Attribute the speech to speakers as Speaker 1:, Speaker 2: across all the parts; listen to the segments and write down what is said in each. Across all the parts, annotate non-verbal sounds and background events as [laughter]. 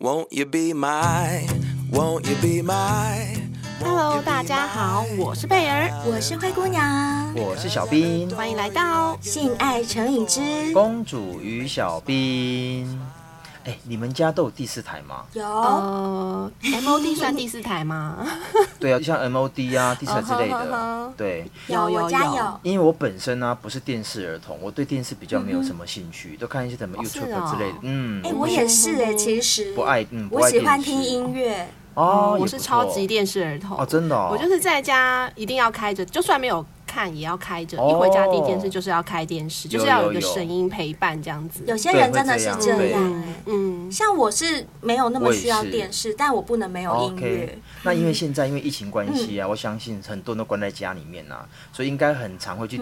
Speaker 1: Won't you be my? Won't you be my?
Speaker 2: Hello，大家好，我是贝儿，
Speaker 3: 我是灰姑娘，
Speaker 4: 我是小兵，
Speaker 2: 欢迎来到
Speaker 3: 性爱成瘾之
Speaker 4: 公主与小兵。哎、你们家都有第四台吗？
Speaker 3: 有
Speaker 4: 哦
Speaker 2: 呃 MOD 算第四台吗？
Speaker 4: 对啊，就像 MOD 啊、第四台之
Speaker 2: 哦
Speaker 4: 类
Speaker 2: 呵呵呵
Speaker 4: 的。对，
Speaker 2: 有有
Speaker 3: 我家
Speaker 2: 有
Speaker 3: 有，
Speaker 4: 因为我本身呢、不是电视儿童，我对电视比较没有什么兴趣，都看一些什么
Speaker 2: 是
Speaker 4: YouTube
Speaker 2: 哦
Speaker 4: 之类的。嗯，
Speaker 3: 哎，我也是哎，其实
Speaker 4: 不爱嗯不
Speaker 3: 我
Speaker 4: 爱
Speaker 3: 喜欢
Speaker 4: 电
Speaker 3: 听
Speaker 4: 视
Speaker 3: 音乐，
Speaker 4: 哦，
Speaker 2: 我
Speaker 4: 也
Speaker 2: 是
Speaker 4: 不错
Speaker 2: 超级电视儿童
Speaker 4: 哦，真的哦，
Speaker 2: 我就是在家一定要开着，就算没有看也要开着，
Speaker 4: 哦
Speaker 2: 一回家第一件事就是要开电视，
Speaker 4: 有
Speaker 2: 就是要有一个
Speaker 4: 有有
Speaker 2: 声音陪伴这样子。
Speaker 3: 有些
Speaker 4: 对
Speaker 3: 人
Speaker 4: 会
Speaker 3: 真的
Speaker 4: 这
Speaker 3: 是
Speaker 4: 样
Speaker 3: 这
Speaker 4: 对
Speaker 3: 样哎。
Speaker 2: 嗯，
Speaker 3: 像我是没有那么
Speaker 4: 我也
Speaker 3: 需要
Speaker 4: 是
Speaker 3: 电视，但我不能没有音
Speaker 4: 哦 OK，
Speaker 3: 乐。
Speaker 4: 那因为现在因为疫情关系啊，我相信很多人都关在家里面啊，所以应该很常会去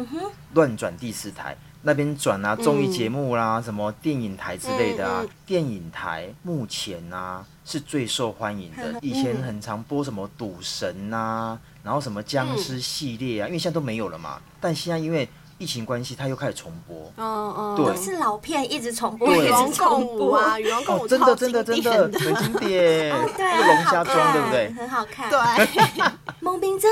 Speaker 4: 乱转第四台。那边转啊，综艺节目啦、什么电影台之类的啊，
Speaker 2: 嗯嗯
Speaker 4: 电影台目前啊是最受欢迎的。以前很常播什么赌神啊，然后什么僵尸系列啊，因为现在都没有了嘛。但现在因为疫情关系，它又开始重播。
Speaker 2: 嗯嗯，
Speaker 4: 对
Speaker 3: 都是老片一直重播，一
Speaker 4: 对
Speaker 2: 与龙
Speaker 3: 直
Speaker 2: 共
Speaker 3: 重
Speaker 2: 舞
Speaker 3: 播。
Speaker 2: 啊，与龙共舞
Speaker 4: 哦，真的
Speaker 2: 超经
Speaker 4: 真
Speaker 2: 典
Speaker 4: 的真的很经
Speaker 3: [laughs]
Speaker 4: 典，
Speaker 3: 对啊，
Speaker 4: 那个龙
Speaker 3: 很好
Speaker 4: 虾妆对
Speaker 3: 看
Speaker 4: 不对？啊
Speaker 3: 很好看。
Speaker 2: 对，
Speaker 3: 蒙冰针，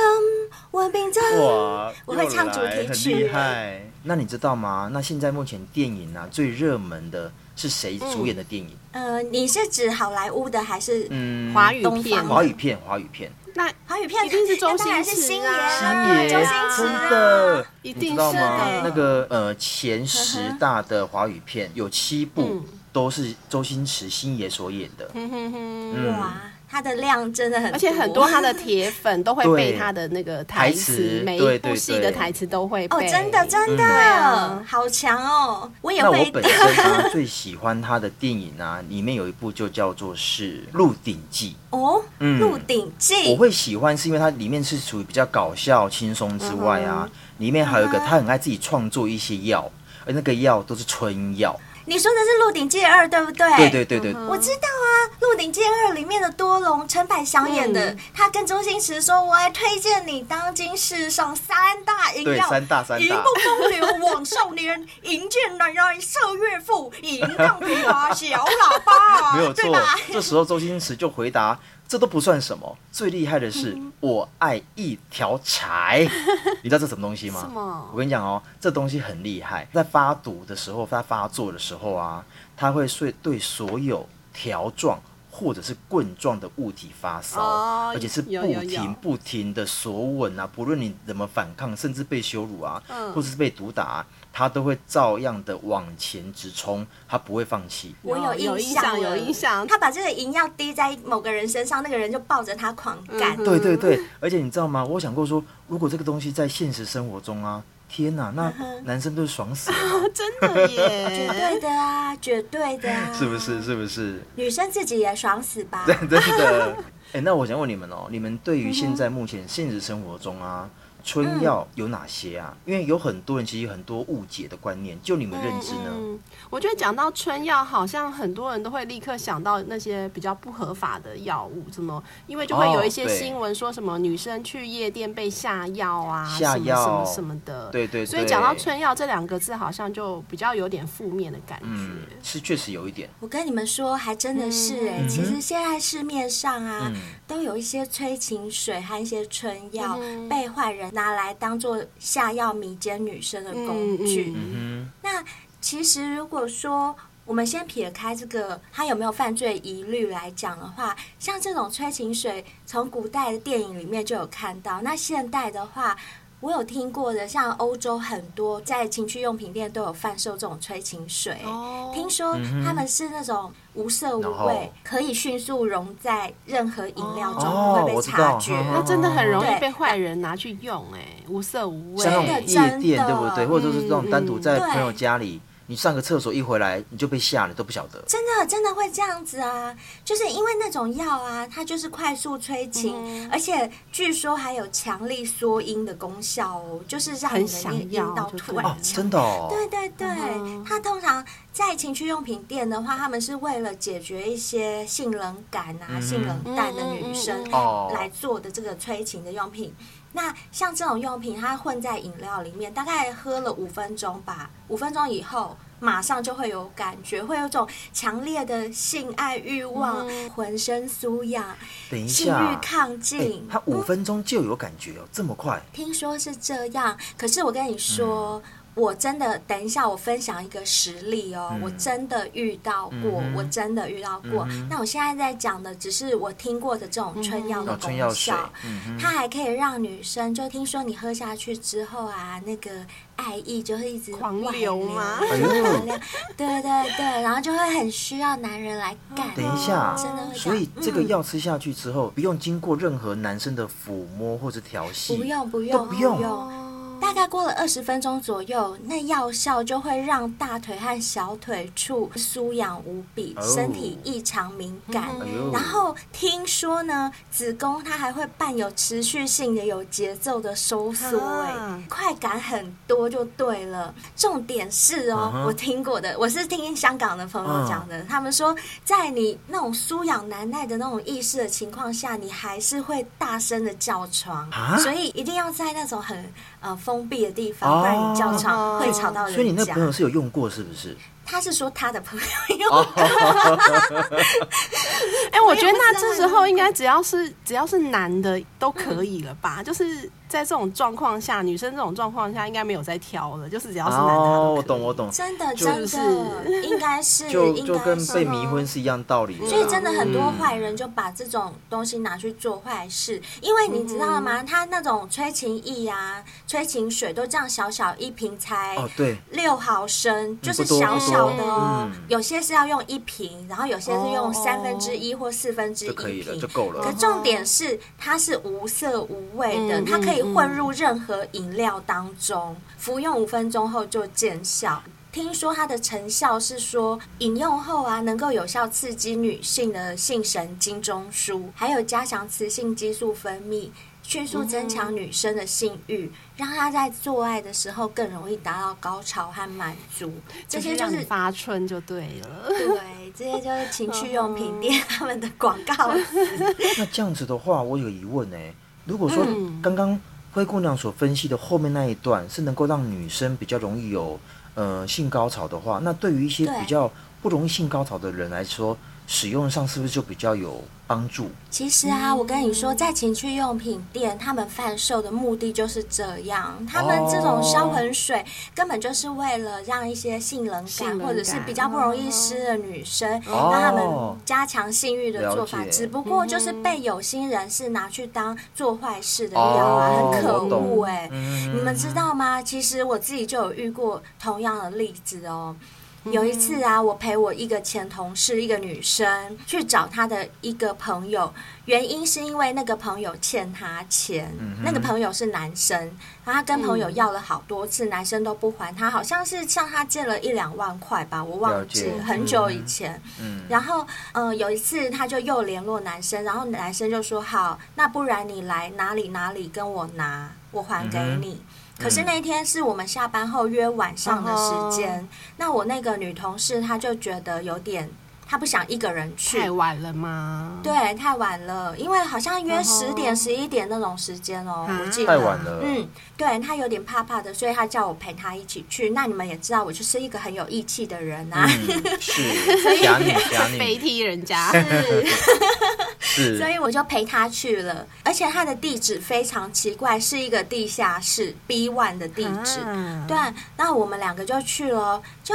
Speaker 3: 文冰针，
Speaker 4: 哇，
Speaker 3: 我会唱主
Speaker 4: 又来
Speaker 3: 题曲
Speaker 4: 很厉害。那你知道吗？那现在目前电影啊最热门的是谁主演的电影？
Speaker 3: 呃，你是指好莱坞的还是
Speaker 4: 嗯，
Speaker 2: 华语
Speaker 3: 东
Speaker 2: 片，
Speaker 3: 方
Speaker 4: 华语片，华语片，
Speaker 2: 那
Speaker 3: 华语片？
Speaker 2: 一定是周
Speaker 3: 那当然是
Speaker 2: 星
Speaker 3: 星
Speaker 2: 驰
Speaker 3: 爷
Speaker 2: 啊
Speaker 3: 啊，
Speaker 4: 星
Speaker 3: 周
Speaker 4: 爷
Speaker 3: 星
Speaker 2: 啊
Speaker 3: 驰
Speaker 4: 真
Speaker 3: 啊。
Speaker 4: 的，
Speaker 2: 一
Speaker 4: 你
Speaker 2: 定
Speaker 4: 知道
Speaker 2: 是
Speaker 4: 吗
Speaker 2: 的？
Speaker 4: 那个呃前十大的华语片有七部
Speaker 2: 嗯
Speaker 4: 都是周星驰、星爷所演的。
Speaker 2: 哼哼哼。
Speaker 4: 嗯，
Speaker 3: 哇，他的量真的很，
Speaker 2: 而且很多他的铁粉都会背
Speaker 4: 对
Speaker 2: 他的那个
Speaker 4: [laughs] 台
Speaker 2: 词
Speaker 4: 词，
Speaker 2: 每
Speaker 4: 对
Speaker 2: 一部
Speaker 4: 对
Speaker 2: 戏的
Speaker 4: 对
Speaker 2: 台词都会背。
Speaker 3: 哦，真的真的
Speaker 2: 啊
Speaker 3: 好强哦，我也
Speaker 4: 那我
Speaker 3: 会
Speaker 4: 本身啊最喜欢他的电影啊，里面有一部就叫做是《鹿鼎记》。
Speaker 3: 哦，《
Speaker 4: 嗯
Speaker 3: 鹿鼎记
Speaker 4: 我》会喜欢是因为它里面是属于比较搞笑、轻松之外啊，里面还有一个他很爱自己创作一些药，而那个药都是春药。
Speaker 3: 你说的是《鹿鼎记二》对不对？
Speaker 4: 对对对对，
Speaker 3: 我知道啊，《鹿鼎记二》里面的多隆，陈百祥演的，
Speaker 2: 嗯
Speaker 3: 他跟周星驰说：“我还推荐你当今世上三大淫
Speaker 4: 对
Speaker 3: 药，
Speaker 4: 三大三大，
Speaker 3: 淫梦风流枉少年，淫贱奶奶射岳父，淫荡琵琶小喇叭
Speaker 4: [laughs] 没有
Speaker 3: 对
Speaker 4: 错
Speaker 3: 吧？。
Speaker 4: 这时候周星驰就回答：“这都不算什么，最厉害的
Speaker 2: 嗯
Speaker 4: 是我爱一
Speaker 2: [laughs]
Speaker 4: 条柴。”你知道这什么东西吗？
Speaker 2: 什么
Speaker 4: 我跟你讲哦，这东西很厉害，在发毒的时候，在发作的时候啊，它会对对所有条状。或者是棍状的物体发烧，
Speaker 2: 哦
Speaker 4: 而且是不
Speaker 2: 有有有
Speaker 4: 停不停的索吻啊，不论你怎么反抗，甚至被羞辱啊，
Speaker 2: 嗯
Speaker 4: 或者是被毒打、啊，它都会照样的往前直冲，它不会放弃。
Speaker 3: 我有
Speaker 2: 有印
Speaker 3: 印象
Speaker 2: 象有
Speaker 3: 了
Speaker 2: 印象
Speaker 3: 他把这个淫药滴在某个人身上，那个人就抱着他狂干。
Speaker 4: 对对
Speaker 2: 嗯
Speaker 4: 对，而且你知道吗？我想过说，如果这个东西在现实生活中啊，天哪，
Speaker 2: 嗯
Speaker 4: 那男生都是爽死了，
Speaker 2: 真的
Speaker 3: 绝
Speaker 2: 耶！
Speaker 3: 对的啊，绝对的啊！
Speaker 4: [laughs] 是不是？是不 [laughs] 是？
Speaker 3: 女生自己也爽死吧？
Speaker 4: [laughs] 真的。哎、那我想问你们哦，你们对于现在目前现实生活中啊，
Speaker 2: 嗯
Speaker 4: 春药有哪些啊？因为有很多人其实有很多误解的观念，就你们 [laughs] 认知呢？
Speaker 2: 嗯，我觉得讲到春药，好像很多人都会立刻想到那些比较不合法的药物，什么，因为就会有一些
Speaker 4: 哦对
Speaker 2: 新闻说什么女生去夜店被下药啊，
Speaker 4: 下
Speaker 2: 什么
Speaker 4: 药
Speaker 2: 什么什么的。
Speaker 4: 对对对。
Speaker 2: 嗯所以讲到春药这两个字，好像就比较有点负面的感觉。
Speaker 4: 嗯，是确实有一点。
Speaker 3: 我跟你们说，还真的是哎、
Speaker 2: 嗯
Speaker 3: 其实现在市面上啊，
Speaker 4: 嗯
Speaker 3: 都有一些催情水和一些春药、
Speaker 2: 嗯
Speaker 3: 被坏人拿来当做下药迷奸女生的工具。
Speaker 2: 嗯
Speaker 4: 嗯
Speaker 3: 那其实如果说我们先撇开这个他有没有犯罪疑虑来讲的话，像这种催情水，从古代的电影里面就有看到。那现代的话，我有听过的，像欧洲很多在情趣用品店都有贩售这种催情水。
Speaker 2: 哦
Speaker 3: 听说他们是那种无色
Speaker 4: 嗯然
Speaker 3: 无
Speaker 4: 后
Speaker 3: 味，可以迅速溶在任何饮料中，不
Speaker 4: 哦
Speaker 3: 会被
Speaker 4: 我知
Speaker 3: 察
Speaker 4: 道
Speaker 3: 觉。
Speaker 4: 嗯
Speaker 2: 那真的很容易
Speaker 3: 对
Speaker 2: 被坏人拿去用、哎，无色无味。
Speaker 4: 像那
Speaker 3: 真
Speaker 4: 种
Speaker 3: 的
Speaker 4: 夜店，对不
Speaker 3: 真
Speaker 4: 对？
Speaker 3: 的
Speaker 4: 或者是这种单独在
Speaker 3: 嗯嗯
Speaker 4: 朋友家里，你上个厕所一回来，你就被吓了，都不晓得。
Speaker 3: 真的真的会这样子啊，就是因为那种药啊，它就是快速催情，
Speaker 2: 嗯
Speaker 3: 而且据说还有强力缩阴的功效哦，就是让
Speaker 2: 很
Speaker 3: 你的
Speaker 2: 想
Speaker 3: 阴
Speaker 2: 要
Speaker 3: 阴道
Speaker 2: 就
Speaker 3: 突
Speaker 2: 对
Speaker 3: 然
Speaker 4: 哦
Speaker 2: 了，
Speaker 3: 强
Speaker 4: 真的哦。
Speaker 3: 对对对，
Speaker 2: 嗯
Speaker 3: 它通常在情趣用品店的话，他们是为了解决一些性冷感啊、
Speaker 4: 嗯
Speaker 3: 性冷淡的女生
Speaker 2: 嗯嗯嗯嗯
Speaker 4: 哦
Speaker 3: 来做的这个催情的用品。那像这种用品，它混在饮料里面，大概喝了五分钟吧，五分钟以后。马上就会有感觉，会有种强烈的性爱欲望，浑身酥痒，
Speaker 4: 嗯等一
Speaker 3: 性欲
Speaker 4: 下，
Speaker 3: 亢
Speaker 4: 哎
Speaker 3: 进。嗯
Speaker 4: 他五分钟就有感觉哦，这么快？
Speaker 3: 听说是这样，可是我跟你说，
Speaker 4: 嗯
Speaker 3: 我真的等一下，我分享一个实例哦，
Speaker 4: 嗯
Speaker 3: 我真的遇到过，
Speaker 4: 嗯哼
Speaker 3: 我真的遇到过。
Speaker 4: 嗯哼
Speaker 3: 那我现在在讲的只是我听过的这种春药的
Speaker 4: 哦，春
Speaker 3: 功
Speaker 4: 药水
Speaker 3: 效，，
Speaker 4: 嗯哼，
Speaker 3: 它还可以让女生，就听说你喝下去之后啊，那个爱意就会一直
Speaker 2: 狂
Speaker 3: 外
Speaker 2: 流吗
Speaker 4: 哎呦
Speaker 3: 流对对对，然后就会很需要男人来干。哦
Speaker 4: 等一下
Speaker 3: 真的会，
Speaker 4: 所
Speaker 3: 样嗯
Speaker 4: 以这个药吃下去之后，不用经过任何男生的抚摸或者调戏，
Speaker 3: 不用不
Speaker 4: 都
Speaker 3: 用
Speaker 4: 不用
Speaker 3: 大概过了二十分钟左右，那药效就会让大腿和小腿处酥痒无比，
Speaker 4: 哦
Speaker 3: 身体异常敏感。
Speaker 2: 嗯
Speaker 4: 哎呦
Speaker 3: 然后听说呢，子宫它还会伴有持续性的、有节奏的收缩、哎、
Speaker 2: 啊
Speaker 3: 快感很多就对了。重点是哦
Speaker 4: 嗯哼
Speaker 3: 我听过的，我是听香港的朋友讲
Speaker 4: 啊
Speaker 3: 的，他们说，在你那种酥痒难耐的那种意识的情况下，你还是会大声的叫床，
Speaker 4: 啊
Speaker 3: 所以一定要在那种很呃封闭的地方，
Speaker 4: 哦
Speaker 3: 不然你叫床会吵到
Speaker 4: 所以
Speaker 3: 人
Speaker 4: 你那嗯
Speaker 3: 家
Speaker 4: 朋。友是有用过是不是？
Speaker 3: 他是说他的朋友，
Speaker 4: 哦
Speaker 2: 哎、我觉得
Speaker 3: 我也不知
Speaker 2: 那
Speaker 3: 道
Speaker 2: 这时候应该只要是只要是男的
Speaker 3: 嗯
Speaker 2: 都可以了吧？就是在这种状况下，女生这种状况下应该没有在挑了，就是只要是男的她都可以
Speaker 4: 哦我懂我。懂，
Speaker 3: 真的
Speaker 4: 就
Speaker 3: 真的、
Speaker 2: 是
Speaker 3: [laughs] 应该是
Speaker 4: 就
Speaker 3: 应
Speaker 4: 就
Speaker 3: 该
Speaker 4: 跟
Speaker 3: 是
Speaker 4: 被迷婚是一样道理的啦。
Speaker 3: 所以真的很多
Speaker 4: 嗯
Speaker 3: 坏人就把这种东西拿去做坏事，因为
Speaker 4: 嗯
Speaker 3: 你知道吗？他那种催情液啊、催情水都这样小小一瓶才
Speaker 4: 哦，对，
Speaker 3: 六毫升，就是
Speaker 4: 不多
Speaker 3: 小小的哦
Speaker 4: 不多嗯。
Speaker 3: 有些是要用一瓶，然后有些是用
Speaker 2: 哦
Speaker 3: 三分之一或四分之一
Speaker 4: 哦就可以了，就
Speaker 3: 瓶。
Speaker 4: 够了。
Speaker 3: 可重点是，它是无色无味的，
Speaker 2: 嗯
Speaker 3: 它可以混入任何饮料当中，服用五分钟后就见效。听说它的成效是说，饮用后啊，能够有效刺激女性的性神经中枢，还有加强雌性激素分泌，迅速增强
Speaker 2: 嗯
Speaker 3: 女生的性欲，让她在做爱的时候更容易达到高潮和满足。这些就
Speaker 2: 让你
Speaker 3: 是
Speaker 2: 发春就对了。
Speaker 3: 对，这些就是情趣
Speaker 2: [laughs]
Speaker 3: 用品店他们的广告 [laughs] 词。
Speaker 4: [laughs] 那这样子的话，我有个疑问呢、如果说
Speaker 3: 嗯
Speaker 4: 刚刚灰姑娘所分析的后面那一段是能够让女生比较容易有呃性高潮的话，那对于一些
Speaker 3: 对
Speaker 4: 比较不容易性高潮的人来说，使用上是不是就比较有帮助？
Speaker 3: 其实啊，我跟你说，在情趣用品店，他们贩售的目的就是这样。他们这种销魂水，根本就是为了让一些性冷
Speaker 2: 性冷
Speaker 3: 感
Speaker 2: 感
Speaker 3: 或者是比较不容易湿的女生，
Speaker 4: 哦
Speaker 3: 让他们加强性欲的做法
Speaker 4: 了。解
Speaker 3: 只不过就是被有心人士拿去当做坏事的药啊，
Speaker 4: 哦
Speaker 3: 很可
Speaker 4: 我懂嗯
Speaker 3: 恶哎、你们知道吗？其实我自己就有遇过同样的例子哦。
Speaker 4: 嗯
Speaker 3: 有一次啊，我陪我一个前同事，一个女生去找她的一个朋友，原因是因为那个朋友欠她钱，
Speaker 4: 嗯
Speaker 3: 那个朋友是男生，然后她跟朋友要了好多次，男生都不还，她好像是向他借了一两万块吧，我忘记
Speaker 4: 了解
Speaker 3: 很久以前。
Speaker 4: 嗯，
Speaker 3: 然后，呃，有一次她就又联络男生，然后男生就说好，那不然你来哪里哪里跟我拿，我还给
Speaker 4: 嗯哼
Speaker 3: 你。可是那一天是我们下班后约晚上的
Speaker 2: 哦
Speaker 3: 时间，那我那个女同事她就觉得有点，她不想一个人去，
Speaker 2: 太晚了
Speaker 4: [laughs]
Speaker 2: 吗？，
Speaker 3: 对，太晚了，因为好像约
Speaker 2: 嗯
Speaker 3: 十
Speaker 2: 哼
Speaker 3: 点、十一点那种时间哦，
Speaker 2: 啊
Speaker 3: 我记得
Speaker 4: 太晚了，
Speaker 3: 嗯，对他有点怕怕的，所以他叫我陪他一起去。那你们也知道，我就是一个很有义气的人啊，
Speaker 4: 嗯，
Speaker 3: [laughs]
Speaker 4: 是假你假
Speaker 2: [laughs] 飞
Speaker 4: 你
Speaker 2: 踢人家。
Speaker 4: 是
Speaker 3: 所以我就陪他去了。而且他的地址非常奇怪，是一个地下室 B one 的地址。
Speaker 2: 啊
Speaker 3: 对，那我们两个就去了，就。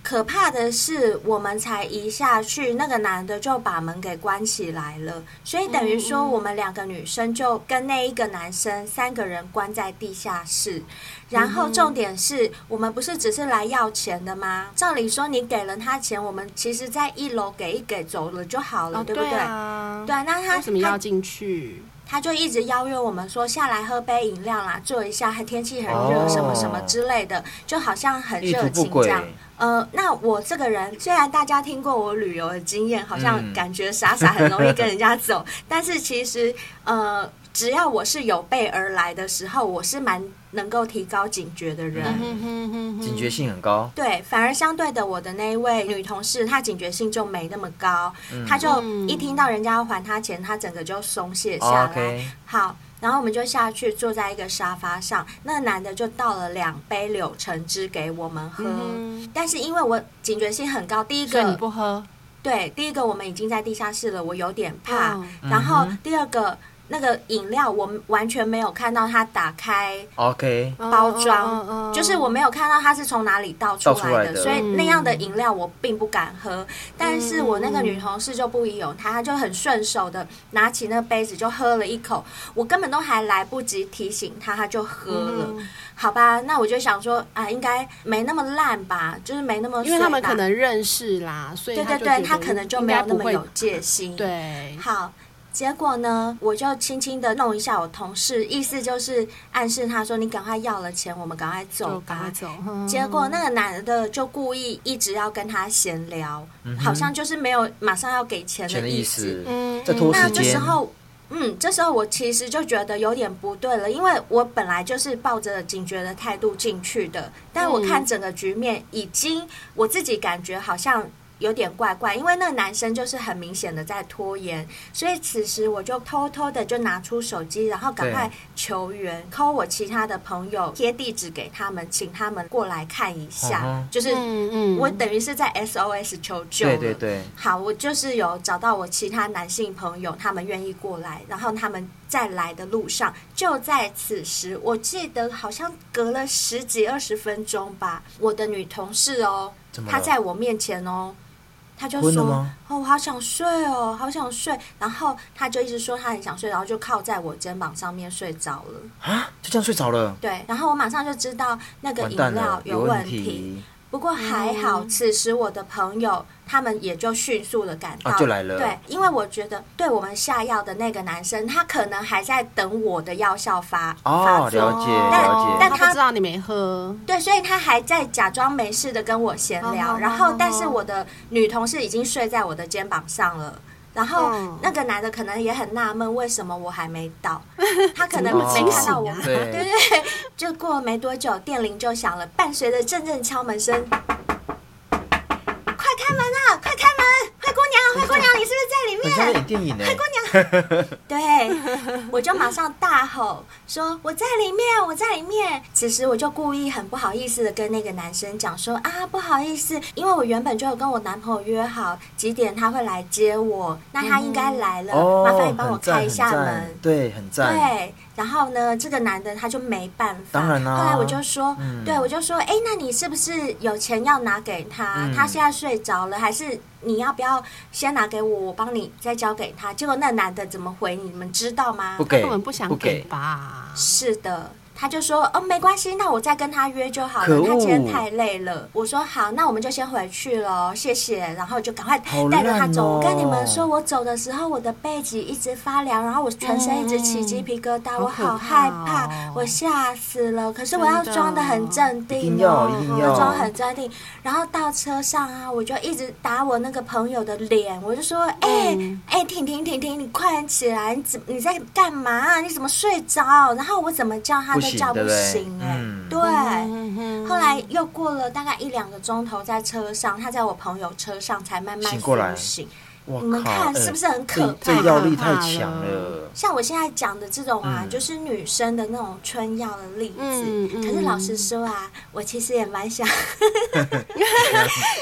Speaker 3: 可怕的是，我们才一下去，那个男的就把门给关起来了，所以等于
Speaker 2: 嗯
Speaker 3: 说，我们两个女生就跟那一个男生三个人关在地下
Speaker 2: 嗯
Speaker 3: 室。然后重点是我们不是只是来要钱的吗？照理说，你给了他钱，我们其实在一楼给一给走了就好了，
Speaker 2: 哦，
Speaker 3: 对不对？
Speaker 2: 啊，
Speaker 3: 对，那他
Speaker 2: 为什么
Speaker 3: 他
Speaker 2: 要进去？
Speaker 3: 他就一直邀约我们说下来喝杯饮料啦，坐一下，天气很
Speaker 4: 哦
Speaker 3: 热，什么什么之类的，就好像很
Speaker 4: 意
Speaker 3: 热
Speaker 4: 图不
Speaker 3: 情这
Speaker 4: 轨
Speaker 3: 样。呃，那我这个人虽然大家听过我旅游的经验，好像
Speaker 4: 嗯
Speaker 3: 感觉傻傻很容易跟人家走， [laughs] 但是其实呃，只要我是有备而来的时候，我是蛮能够提高警觉的人。
Speaker 4: 嗯
Speaker 2: 哼哼哼
Speaker 4: 警觉性很高，
Speaker 3: 对，反而相对的，我的那一位女同事，她警觉性就没那么
Speaker 4: 嗯
Speaker 3: 高，她就一听到人家要还她钱，她整个就松懈下来。
Speaker 4: 哦 OK
Speaker 3: 好，然后我们就下去坐在一个沙发上，那个男的就倒了两杯柳橙汁给我们喝。
Speaker 2: 嗯哼
Speaker 3: 但是因为我警觉性很高，第一
Speaker 2: 所以
Speaker 3: 个
Speaker 2: 你不喝，
Speaker 3: 对，第一个我们已经在地下室了，我有点怕。
Speaker 2: 嗯
Speaker 3: 然后
Speaker 4: 嗯哼
Speaker 3: 第二个那个饮料，我们完全没有看到它打开
Speaker 4: ，OK，
Speaker 3: 包
Speaker 2: 嗯嗯
Speaker 3: 装，
Speaker 2: 嗯
Speaker 3: 就是我没有看到它是从哪里倒出
Speaker 4: 倒出来
Speaker 3: 来的，
Speaker 4: 的
Speaker 3: 所以那样的饮料我并不敢
Speaker 2: 嗯
Speaker 3: 喝。但是我那个女同事就不疑有他，她就很顺手的拿起那个杯子就喝了一口，我根本都还来不及提醒她，她就喝了。
Speaker 2: 嗯
Speaker 3: 好吧，那我就想说啊，应该没那么烂吧，就是没那么
Speaker 2: 因为他们
Speaker 3: 碎吧
Speaker 2: 可能认识啦，所以
Speaker 3: 对对
Speaker 2: 就
Speaker 3: 对，
Speaker 2: 觉得
Speaker 3: 他可能就没有
Speaker 2: 应该
Speaker 3: 那
Speaker 2: 不
Speaker 3: 么
Speaker 2: 会
Speaker 3: 有戒心。，
Speaker 2: 对，
Speaker 3: 好，结果呢，我就轻轻的弄一下我同事，意思就是暗示他说：“你赶快要了钱，我们赶快走
Speaker 2: 就赶快
Speaker 3: 吧。
Speaker 2: 走。”
Speaker 3: 结
Speaker 2: 嗯
Speaker 3: 果那个男的就故意一直要跟他闲聊，
Speaker 4: 嗯哼
Speaker 3: 好像就是没有马上要给钱
Speaker 4: 钱的意
Speaker 3: 意
Speaker 4: 思，
Speaker 2: 嗯
Speaker 4: 在拖
Speaker 3: 那
Speaker 4: 时
Speaker 3: 这时
Speaker 4: 间，
Speaker 3: 候，嗯，这时候我其实就觉得有点不对了，因为我本来就是抱着警觉的态度进去的，但我看整个局面已经，我自己感觉好像。有点怪怪，因为那个男生就是很明显的在拖延，所以此时我就偷偷的就拿出手机，然后赶快
Speaker 4: 对
Speaker 3: 求援，call 我其他的朋友贴地址给他们，请他们过来看一下，
Speaker 4: 嗯哼
Speaker 3: 就是
Speaker 2: 嗯嗯，
Speaker 3: 我等于是在 SOS 求救了。
Speaker 4: 对对对，
Speaker 3: 好，我就是有找到我其他男性朋友，他们愿意过来，然后他们在来的路上，就在此时，我记得好像隔了十几二十分钟吧，我的女同事哦
Speaker 4: 怎，么了
Speaker 3: 她在我面前哦，她就
Speaker 4: 昏了
Speaker 3: 说
Speaker 4: 吗：“
Speaker 3: 哦，我好想睡哦，好想睡。”然后她就一直说她很想睡，然后就靠在我肩膀上面睡着了。
Speaker 4: 啊，就这样睡着了，
Speaker 3: 对，然后我马上就知道那个
Speaker 4: 完
Speaker 3: 饮
Speaker 4: 蛋
Speaker 3: 料
Speaker 4: 了，有
Speaker 3: 问题。
Speaker 4: 题，
Speaker 3: 不过还好，
Speaker 2: 嗯
Speaker 3: 此时我的朋友他们也就迅速的赶到，
Speaker 4: 啊就来了
Speaker 3: 对，因为我觉得对我们下药的那个男生，他可能还在等我的药效发、
Speaker 4: 哦
Speaker 3: 发，
Speaker 4: 了
Speaker 3: 作。
Speaker 4: 解
Speaker 3: 但
Speaker 4: 了
Speaker 3: 但
Speaker 4: 解，
Speaker 2: 他
Speaker 3: 他
Speaker 2: 不知道你没喝，
Speaker 3: 对，所以他还在假装没事的跟我闲聊，
Speaker 2: 哦
Speaker 3: 然后
Speaker 2: 哦
Speaker 3: 但是我的女同事已经睡在我的肩膀上了，然后
Speaker 2: 嗯
Speaker 3: 那个男的可能也很纳闷，为什么我还没
Speaker 2: [laughs]
Speaker 3: 到？他可能
Speaker 2: 怎么
Speaker 4: 那么
Speaker 3: 没看到
Speaker 2: 清
Speaker 3: 我
Speaker 2: 醒啊，
Speaker 4: 哦对，
Speaker 3: 就过了没多久，电铃就响了，伴随着阵阵敲门声，快开门啊！快开门！灰姑娘，灰姑娘，你是不
Speaker 4: 很
Speaker 3: 是在
Speaker 4: 像
Speaker 3: 里
Speaker 4: 在
Speaker 3: 面
Speaker 4: 演？电影呢，
Speaker 3: 对，我就马上大吼说：“我在里面，我在里面。”此时我就故意很不好意思的跟那个男生讲说：“啊，不好意思，因为我原本就有跟我男朋友约好几点他会来接我，那他应该来了，
Speaker 4: 哦，
Speaker 3: 麻烦你帮我
Speaker 4: 很赞
Speaker 3: 开一下
Speaker 4: 很赞
Speaker 3: 门。”
Speaker 4: 对，很赞，
Speaker 3: 对，然后呢，这个男的他就没办法。
Speaker 4: 当然啦
Speaker 3: 后来我就说，
Speaker 4: 嗯
Speaker 3: 对我就说，哎，那你是不是有钱要拿给他？
Speaker 4: 嗯
Speaker 3: 他现在睡着了，还是你要不要先拿给我，我帮你再交给他？结果那男的怎么回？你们知道吗？
Speaker 4: 不给，
Speaker 2: 根本不想
Speaker 4: 不
Speaker 2: 给
Speaker 4: 给，
Speaker 2: 吧？
Speaker 3: 是的。他就说：“哦，没关系，那我再跟他约就好
Speaker 4: 可
Speaker 3: 了。
Speaker 4: 恶
Speaker 3: 他今天太累了。”我说：“好，那我们就先回去了，谢谢。”然后就赶快
Speaker 4: 好
Speaker 3: 带着他
Speaker 4: 烂
Speaker 3: 走。
Speaker 4: 哦
Speaker 3: 我跟你们说，我走的时候，我的背脊一直发凉，然后我全身一直起鸡皮疙瘩，
Speaker 2: 嗯好
Speaker 3: 我
Speaker 2: 可怕
Speaker 3: 好害
Speaker 2: 哦
Speaker 3: 怕，我吓死了。可是我要
Speaker 2: 真的
Speaker 3: 装的很镇定、哦，
Speaker 4: 一定要一定
Speaker 3: 我装
Speaker 4: 要，
Speaker 3: 很镇定，然后到车上啊，我就一直打我那个朋友的脸，我就说：“哎、
Speaker 2: 嗯
Speaker 3: 哎、婷婷婷婷，你快点起来！你怎你在干嘛、啊你怎么睡着？然后我怎么叫他
Speaker 4: 不
Speaker 3: 都
Speaker 4: 行
Speaker 3: 叫
Speaker 4: 对不对
Speaker 3: 醒哎、
Speaker 4: 嗯
Speaker 3: 对。
Speaker 2: 嗯哼
Speaker 3: 后来又过了大概一两个钟头，在车上，他在我朋友车上才慢慢
Speaker 4: 醒过来
Speaker 3: 苏醒。
Speaker 4: 我
Speaker 3: 你们
Speaker 4: 靠
Speaker 3: 看
Speaker 4: 哎
Speaker 3: 是不是很可
Speaker 4: 这
Speaker 3: 怕
Speaker 4: 这药力
Speaker 2: 太可怕
Speaker 4: 太强
Speaker 2: 了
Speaker 4: 了，
Speaker 3: 像我现在讲的这种啊，
Speaker 4: 嗯
Speaker 3: 就是女生的那种春药的例子。
Speaker 2: 嗯嗯
Speaker 3: 可是老实说啊，我其实也蛮
Speaker 2: [laughs]
Speaker 3: 想 [laughs]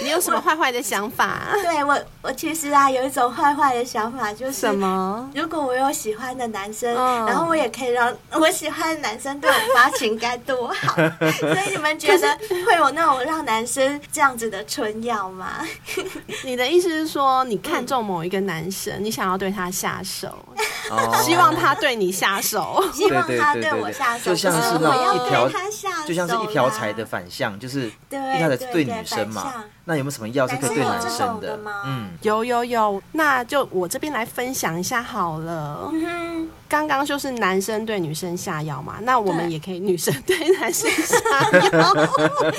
Speaker 2: 你有什么坏坏的想法？
Speaker 3: 对我，我其实啊有一种坏坏的想法，就是
Speaker 2: 什？么？
Speaker 3: 如果我有喜欢的男生，
Speaker 2: 嗯
Speaker 3: 然后我也可以让我喜欢的男生对我发情，该多好！
Speaker 4: [laughs]
Speaker 3: 所以你们觉得会有那种让男生这样子的春药吗？
Speaker 2: 你的意思是说，你看中某一个男生，你想要对他下手，
Speaker 4: 哦
Speaker 2: 希望他对你下手。 [laughs]
Speaker 3: 希望
Speaker 4: 对对
Speaker 3: 他
Speaker 4: 对
Speaker 3: 对
Speaker 4: 对
Speaker 3: 我
Speaker 4: 对
Speaker 3: 下手，
Speaker 4: 就像
Speaker 3: 不
Speaker 2: 是
Speaker 3: 我
Speaker 2: 那种
Speaker 3: 要
Speaker 2: 一
Speaker 3: 对
Speaker 4: 条
Speaker 3: 他下手，啊
Speaker 4: 就像是一条财的。反向，就是
Speaker 3: 对
Speaker 4: 一条财是
Speaker 3: 对对
Speaker 4: 对女生
Speaker 3: 反
Speaker 4: 嘛
Speaker 3: 向。
Speaker 4: 那有没有什么药是可以对
Speaker 3: 男
Speaker 4: 男
Speaker 3: 生有这
Speaker 4: 生
Speaker 3: 种的吗
Speaker 4: 嗯，
Speaker 2: 有有有，那就我这边来分享一下好了。
Speaker 3: 嗯
Speaker 2: 刚刚就是男生对女生下药嘛，那我们
Speaker 3: 对
Speaker 2: [laughs] 也可以女生对男生下药。对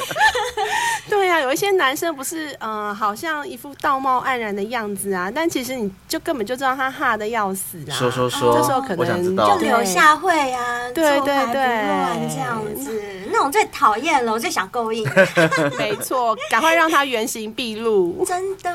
Speaker 2: 对啊，有一些男生不是，嗯、好像一副道貌岸然的样子啊，但其实你就根本就知道他哈的要死啊。
Speaker 4: 说说说
Speaker 2: 这时候可能
Speaker 4: 我想知
Speaker 3: 就
Speaker 4: 道
Speaker 2: 对
Speaker 3: 留下会啊，
Speaker 2: 对
Speaker 3: 坐
Speaker 2: 对
Speaker 3: 排不
Speaker 2: 对
Speaker 3: 乱这样子，那种最讨厌了，我最想勾
Speaker 4: [laughs]
Speaker 3: 引，
Speaker 2: 没错，赶快让他原形毕露。
Speaker 3: 真的。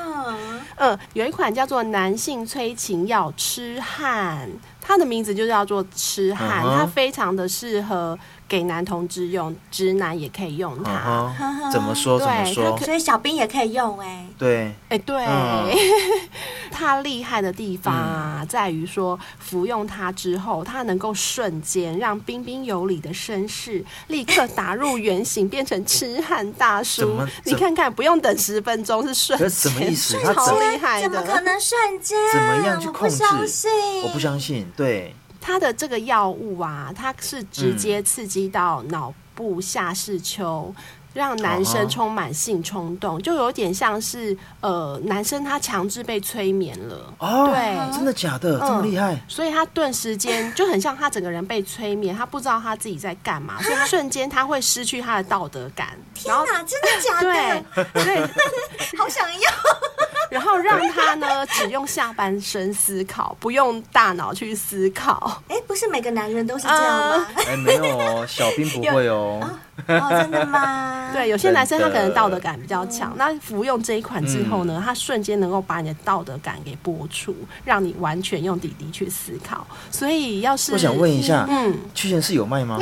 Speaker 2: 嗯，有一款叫做男性催情药痴汉，它的名字就叫做痴汉，
Speaker 4: 嗯哼
Speaker 2: 它非常的适合给男同志用，直男也可以用它。
Speaker 4: 嗯
Speaker 2: 哎、
Speaker 4: 哼，怎么说
Speaker 2: 对
Speaker 4: 怎么说
Speaker 2: 他可？
Speaker 3: 所以小兵也可以用哎、
Speaker 4: 对，
Speaker 2: 对，
Speaker 4: 嗯
Speaker 2: [laughs] 它厉害的地方啊，在于
Speaker 4: 嗯
Speaker 2: 说服用它之后，它能够瞬间让彬彬有礼的绅士立刻打入原形，变成痴汉大
Speaker 4: 怎
Speaker 2: 叔
Speaker 4: 么。
Speaker 2: 你
Speaker 4: 怎
Speaker 2: 看看，不用等十分钟，是瞬
Speaker 4: 可
Speaker 2: 间，
Speaker 4: 是什么意思它
Speaker 2: 超
Speaker 4: 怎
Speaker 2: 厉害的，
Speaker 3: 怎么可能瞬间？
Speaker 4: 怎么样去
Speaker 3: 我
Speaker 4: 控
Speaker 3: 不
Speaker 4: 制
Speaker 3: 相信，
Speaker 4: 我不相信，对，
Speaker 2: 它的这个药物啊，它是直
Speaker 4: 嗯
Speaker 2: 接刺激到脑部下视丘。让男
Speaker 4: 啊哈
Speaker 2: 生充满性冲动就有点像是呃，男生他强制被催眠了，
Speaker 4: 哦，
Speaker 2: 对
Speaker 4: 真的假的？这么厉害？
Speaker 2: 所以他顿时间就很像他整个人被催眠，他不知道他自己在干
Speaker 4: [laughs]
Speaker 2: 嘛，所以他瞬间他会失去他的道德感，然后
Speaker 3: 天哪，真的假
Speaker 2: 对
Speaker 3: 的？
Speaker 4: [laughs]
Speaker 2: 对，
Speaker 3: 好想要！
Speaker 2: [laughs] 然后让他呢只用下半身思考，不用大脑去思
Speaker 4: [laughs]
Speaker 2: 考，
Speaker 3: 哎、不是每个男人都是这样吗？
Speaker 4: 哎，没有哦，小兵不会哦。
Speaker 2: 啊
Speaker 3: 哦，真的
Speaker 2: [laughs]
Speaker 3: 吗？
Speaker 2: 对，有些男生他可
Speaker 4: 真
Speaker 2: 能
Speaker 4: 的
Speaker 2: 道德感比较强，那服用这一款之后
Speaker 4: 嗯
Speaker 2: 呢，他瞬间能够把你的道德感给剥除，让你完全用底底去思考。所以要是
Speaker 4: 我想问一下，
Speaker 2: 嗯
Speaker 4: 屈臣氏有卖
Speaker 2: [laughs]
Speaker 4: 吗？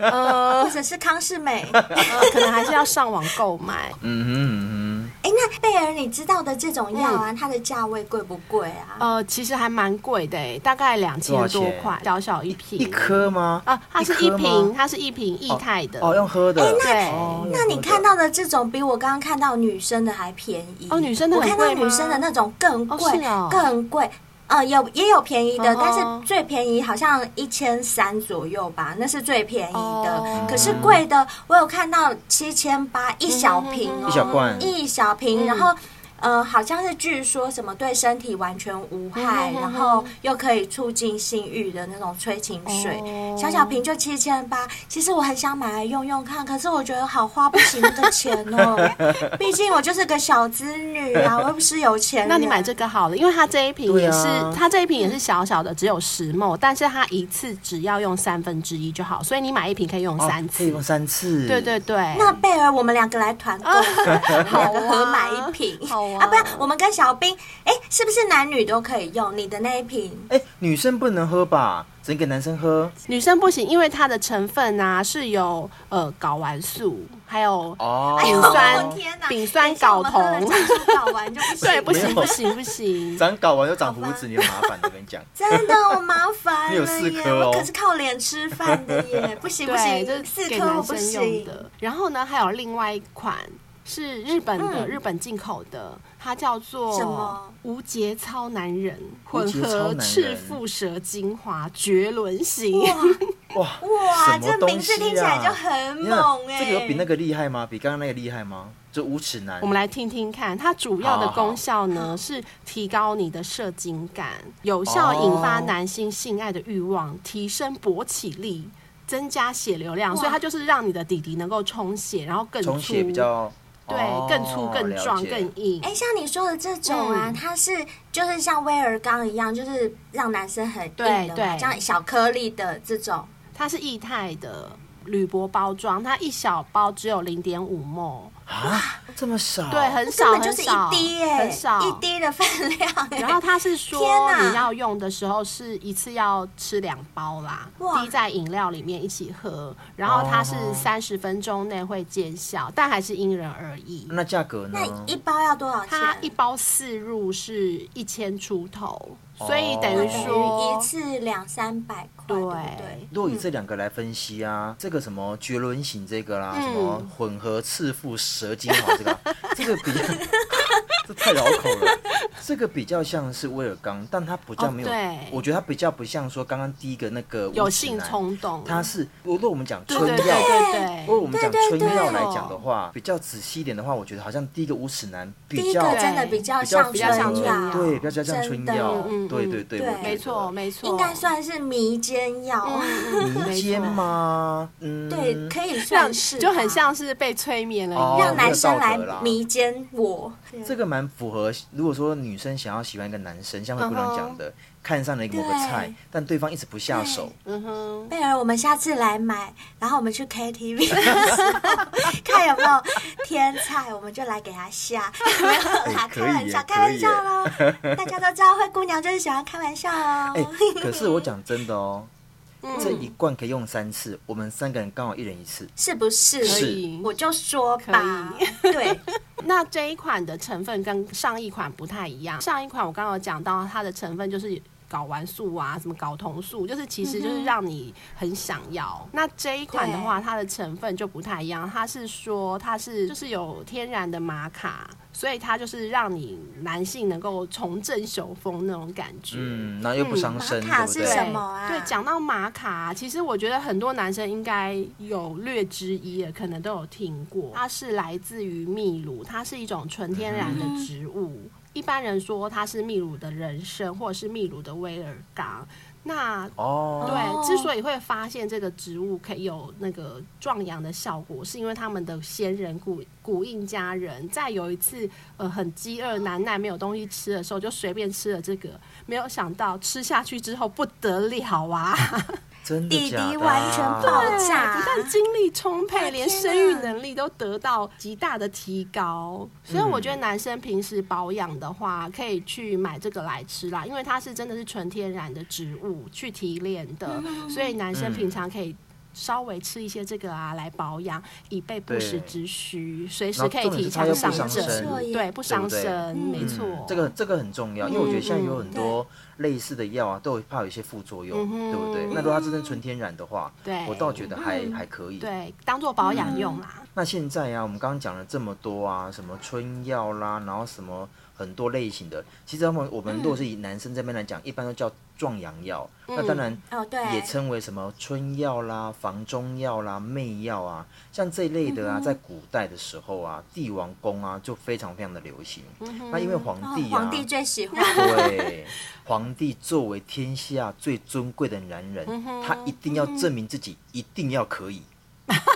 Speaker 2: 呃，
Speaker 3: 或者是康世美。 [laughs] 哎
Speaker 2: 呃可能还是要上网购买。
Speaker 4: 嗯哼嗯
Speaker 3: 哎、那贝尔，你知道的这种药
Speaker 2: 嗯
Speaker 3: 啊，它的价位贵不贵啊？
Speaker 2: 呃，其实还蛮贵的欸，大概两千
Speaker 4: 多少
Speaker 2: 多
Speaker 4: 钱
Speaker 2: 块，小小一
Speaker 4: 哼，
Speaker 2: 瓶
Speaker 4: 一颗吗？
Speaker 2: 啊，它是一
Speaker 4: 颗吗
Speaker 2: 瓶，它是一瓶液态的哎
Speaker 4: 哦，用喝的。
Speaker 2: 对
Speaker 4: 哦
Speaker 3: 那你看到的这种比我刚刚看到女生的还便宜
Speaker 2: 哦女生的
Speaker 3: 我
Speaker 2: 很
Speaker 3: 看到
Speaker 2: 贵吗
Speaker 3: 女生的那种更贵，
Speaker 2: 哦是哦
Speaker 3: 更贵。呃，有也有便宜的，
Speaker 2: 哦
Speaker 3: 但是最便宜好像一千三左右吧，那是最便宜的。
Speaker 2: 哦
Speaker 3: 可是贵的，我有看到七千八一小瓶哦，
Speaker 4: 一小罐
Speaker 3: 一小瓶，
Speaker 2: 嗯
Speaker 3: 然后。呃，好像是据说什么对身体完全无害，
Speaker 2: 嗯哼哼
Speaker 3: 然后又可以促进性欲的那种催情水，
Speaker 2: 哦
Speaker 3: 小小瓶就七千八。其实我很想买来用用看，可是我觉得好花不起那个钱
Speaker 2: [laughs]
Speaker 3: 哦。毕竟我就是个小资女啊，我又不是有钱人。
Speaker 2: 那你买这个好了，因为它这一瓶
Speaker 4: 对
Speaker 2: 也
Speaker 4: 啊
Speaker 2: 是，它这一瓶也是小小的，只有十沫，但是它一次只要用三分之一就好，所以你买一瓶可以用
Speaker 4: 哦
Speaker 2: 三
Speaker 4: 可以
Speaker 2: 次。
Speaker 4: 用三次。
Speaker 2: 对对对，
Speaker 3: 那贝尔，我们两个来团购，
Speaker 2: 好啊
Speaker 3: 两个合买一瓶。
Speaker 2: 好啊
Speaker 3: 不然我们跟小兵，哎、是不是男女都可以用你的那一瓶？
Speaker 4: 哎，女生不能喝吧？只能给男生喝。
Speaker 2: 女生不行，因为它的成分啊是有呃睾丸素，还有
Speaker 4: 哦
Speaker 2: 丙
Speaker 3: 哦
Speaker 2: 哎酸
Speaker 3: 天哪
Speaker 2: 丙酸睾
Speaker 3: 等一
Speaker 2: 酮
Speaker 3: 下我。们喝了长出睾丸就不行
Speaker 2: 对，不
Speaker 4: 没
Speaker 2: 行
Speaker 4: 有
Speaker 2: 不行不行，
Speaker 4: 长睾丸又长胡子，你很麻烦。我跟
Speaker 2: [laughs]
Speaker 4: 你讲，
Speaker 3: 真的，我麻烦
Speaker 4: 你有
Speaker 3: 了
Speaker 4: 四
Speaker 3: 耶！
Speaker 4: 颗哦
Speaker 3: 我可是靠脸吃饭的耶，不行不
Speaker 2: 对，
Speaker 3: 行，
Speaker 2: 这是
Speaker 3: 四
Speaker 2: 给
Speaker 3: 颗我
Speaker 2: 男
Speaker 3: 不
Speaker 2: 生用
Speaker 3: 行。
Speaker 2: 的。然后呢，还有另外一款是日本的，
Speaker 4: 嗯
Speaker 2: 日本进口的，它叫做
Speaker 3: 什么
Speaker 2: 无节操男人
Speaker 4: 无
Speaker 2: 混
Speaker 4: 节操
Speaker 2: 合
Speaker 4: 男
Speaker 2: 赤
Speaker 4: 人
Speaker 2: 腹蛇精华绝伦型。
Speaker 4: 哇
Speaker 3: 哇，
Speaker 4: 什么
Speaker 3: 这名
Speaker 4: 东
Speaker 3: 字
Speaker 4: 西
Speaker 3: 听起来
Speaker 4: 呀？
Speaker 3: 就很
Speaker 4: 啊你
Speaker 3: 猛哎、
Speaker 4: 看这个有比那个厉害吗？比刚刚那个厉害吗？就无齿男
Speaker 2: [laughs] 我。们来听听看，它主要的
Speaker 4: 好好
Speaker 2: 功效呢是提高你的射精感，有效引发
Speaker 4: 哦
Speaker 2: 男性性爱的欲望，提升勃起力。增加血流量，所以
Speaker 3: 哇
Speaker 2: 它就是让你的底底能够充血，然后更粗，
Speaker 4: 充血比较
Speaker 2: 对，
Speaker 4: 哦
Speaker 2: 更粗、更壮、
Speaker 4: 了解
Speaker 2: 更硬。
Speaker 3: 哎、像你说的这种啊，
Speaker 2: 嗯
Speaker 3: 它是就是像威尔刚一样，就是让男生很硬的嘛，
Speaker 2: 对对
Speaker 3: 像小颗粒的这种。
Speaker 2: 它是液态的铝箔包装，它一小包只有零点五 ml，
Speaker 4: 啊，这么少？
Speaker 2: 对，很
Speaker 3: 根
Speaker 2: 少，
Speaker 3: 本就
Speaker 2: 很
Speaker 3: 是一
Speaker 2: 少，
Speaker 3: 滴耶、
Speaker 2: 很少，
Speaker 3: 一。滴的分量、哎
Speaker 2: 然后它是说
Speaker 3: 天哪
Speaker 2: 你要用的时候是一次要吃两包啦，
Speaker 3: 哇
Speaker 2: 滴在饮料里面一起喝。然后它是
Speaker 4: 哦
Speaker 2: 三十分钟内会见效，但还是因人而
Speaker 3: 嗯
Speaker 2: 异。
Speaker 4: 那价格
Speaker 3: [laughs]
Speaker 4: 呢
Speaker 3: 那？一包要多少钱？
Speaker 2: 它一包四入是一千出头，所以
Speaker 4: 哦
Speaker 2: 等于说
Speaker 3: 一次两三百块，对不对？
Speaker 2: 对
Speaker 4: 如果以这两个来分析啊，这个什么绝伦型这个啦，
Speaker 2: 嗯 [laughs]
Speaker 4: 啊什么混合赤腹蛇精华这个，这个比较这太绕口了。这个比较像是威尔刚，但他比较没有，
Speaker 2: 哦对
Speaker 4: 我觉得他比较不像说刚刚第一个那个
Speaker 2: 有
Speaker 4: 无指
Speaker 2: 性
Speaker 4: 男，
Speaker 2: 冲动，
Speaker 4: 他是如果我们讲
Speaker 2: 对对
Speaker 4: 春
Speaker 2: 对
Speaker 4: 药。
Speaker 2: 对
Speaker 4: 如果
Speaker 3: 哦
Speaker 2: 对，
Speaker 4: 我们
Speaker 3: 对
Speaker 4: 讲
Speaker 3: 对
Speaker 4: 春
Speaker 3: 对
Speaker 4: 药来讲的话，比较仔细一点的话，我觉得好像第一个无齿男
Speaker 3: 第
Speaker 4: 比
Speaker 3: 一
Speaker 4: 较
Speaker 3: 个真的比较
Speaker 4: 比较
Speaker 3: 像
Speaker 4: 符
Speaker 2: 较像
Speaker 4: 合
Speaker 2: 春药
Speaker 4: 对，比较像春
Speaker 3: 真的
Speaker 4: 药
Speaker 2: 嗯，嗯
Speaker 4: 对
Speaker 2: 嗯
Speaker 4: 对对，
Speaker 3: 对
Speaker 4: 我觉得
Speaker 2: 没错没错，
Speaker 3: 应该算是迷奸药，
Speaker 2: 嗯嗯
Speaker 4: 迷奸？吗？嗯，
Speaker 3: 对，可以
Speaker 2: 没错让
Speaker 3: 算是
Speaker 2: 就很
Speaker 3: 吧
Speaker 2: 像是被催眠了一
Speaker 4: 哦
Speaker 2: 样。
Speaker 3: 让
Speaker 4: 没有
Speaker 3: 男生
Speaker 4: 道
Speaker 3: 来
Speaker 4: 德啦
Speaker 3: 迷奸我。
Speaker 4: 这个蛮符合。如果说女生想要喜欢一个男生，像灰姑娘讲的，看上了一个某个菜
Speaker 3: 对，
Speaker 4: 但对方一直不下手，
Speaker 2: 嗯哼，
Speaker 3: 贝尔，我们下次来买，然后我们去 KTV 的时候 [laughs] 看有没有天菜，我们就来给他下。没有啦，
Speaker 4: 哎可
Speaker 3: 开
Speaker 4: 以
Speaker 3: 玩
Speaker 4: 耶
Speaker 3: 笑，
Speaker 4: 可
Speaker 3: 开玩
Speaker 4: 以
Speaker 3: 笑
Speaker 4: 耶
Speaker 3: 喽。大家都知道灰姑娘就是喜欢开玩笑哦。
Speaker 4: 哎、可是我讲真的哦，
Speaker 3: [laughs]
Speaker 4: 这一
Speaker 2: 嗯，
Speaker 4: 罐可以用三次，我们三个人刚好一人一次。
Speaker 3: 是不是？
Speaker 4: 是
Speaker 3: 我就说吧
Speaker 2: 可，
Speaker 4: [laughs]
Speaker 3: 对，
Speaker 2: 那这一款的成分跟上一款不太一样。上一款我刚刚有讲到，它的成分就是睾丸素啊，什么睾酮素，就是其实就是让你很想要。那这一款的话，它的成分就不太一样，它是说它是就是有天然的玛卡，所以它就是让你男性能够重振雄风那种感觉。
Speaker 4: 嗯，然后又不伤
Speaker 3: 嗯
Speaker 4: 身，
Speaker 3: 玛卡
Speaker 4: 对不
Speaker 3: 是
Speaker 4: 对？
Speaker 3: 什么啊
Speaker 2: 对，讲到玛卡，啊其实我觉得很多男生应该有略知一二，可能都有听过。它是来自于秘鲁，它是一种纯天然的植物。一般人说它是秘鲁的人参，或者是秘鲁的威尔刚。那
Speaker 4: 哦，
Speaker 2: 对，之所以会发现这个植物可以有那个壮阳的效果，是因为他们的先人古古印加人在有一次呃很饥饿难耐没有东西吃的时候，就随便吃了这个，没有想到吃下去之后不得了啊！
Speaker 4: 真的
Speaker 3: 弟
Speaker 4: 假
Speaker 3: 弟
Speaker 4: 的
Speaker 3: 完全
Speaker 4: 啊？
Speaker 3: 爆
Speaker 2: 对
Speaker 3: 炸
Speaker 2: 不，但精力充沛，
Speaker 3: 哇
Speaker 2: 连
Speaker 3: 天
Speaker 2: 生育
Speaker 3: 哪
Speaker 2: 能力都得到极大的提高。所以我觉得男生平时保养的话，可以去买这个来吃啦，因为它是真的是纯天然的植物去提炼的，所以男生平常可以。稍微吃一些这个啊，来保养，以备不时
Speaker 4: 对
Speaker 2: 之需，随
Speaker 4: 然
Speaker 2: 时
Speaker 4: 后
Speaker 2: 可以
Speaker 4: 嗯重点
Speaker 2: 提
Speaker 4: 是它又
Speaker 2: 倡
Speaker 4: 不
Speaker 2: 上
Speaker 4: 伤
Speaker 2: 阵
Speaker 4: 身，
Speaker 2: 对，不伤
Speaker 4: 对不对
Speaker 2: 身，没
Speaker 4: 嗯
Speaker 2: 错、
Speaker 4: 这个这个很重要，因为我觉得现在有很多类似的药啊，都有怕有一些副作用，
Speaker 2: 嗯哼
Speaker 4: 对不对？那如果它真正纯天然的话，
Speaker 2: 对嗯
Speaker 4: 我倒觉得还、还可以。
Speaker 2: 对，当做保养用啦。
Speaker 4: 那现在啊，我们刚刚讲了这么多啊，什么春药啦，然后什么很多类型的，其实他们我
Speaker 2: 嗯
Speaker 4: 们如果是以男生这边来讲，一般都叫壮阳药，那当然
Speaker 3: 哦对，
Speaker 4: 也称为什么春药啦、房中药啦、媚药啊，像这一类的
Speaker 2: 嗯
Speaker 4: 啊，在古代的时候啊，帝王宫啊就非常非常的流行。
Speaker 2: 嗯
Speaker 4: 那因为皇
Speaker 3: 哦
Speaker 4: 帝啊，
Speaker 3: 皇帝最喜欢。
Speaker 4: 对， [laughs] 皇帝作为天下最尊贵的男人，
Speaker 3: 嗯
Speaker 4: 他一定要证明自己，一定要可以。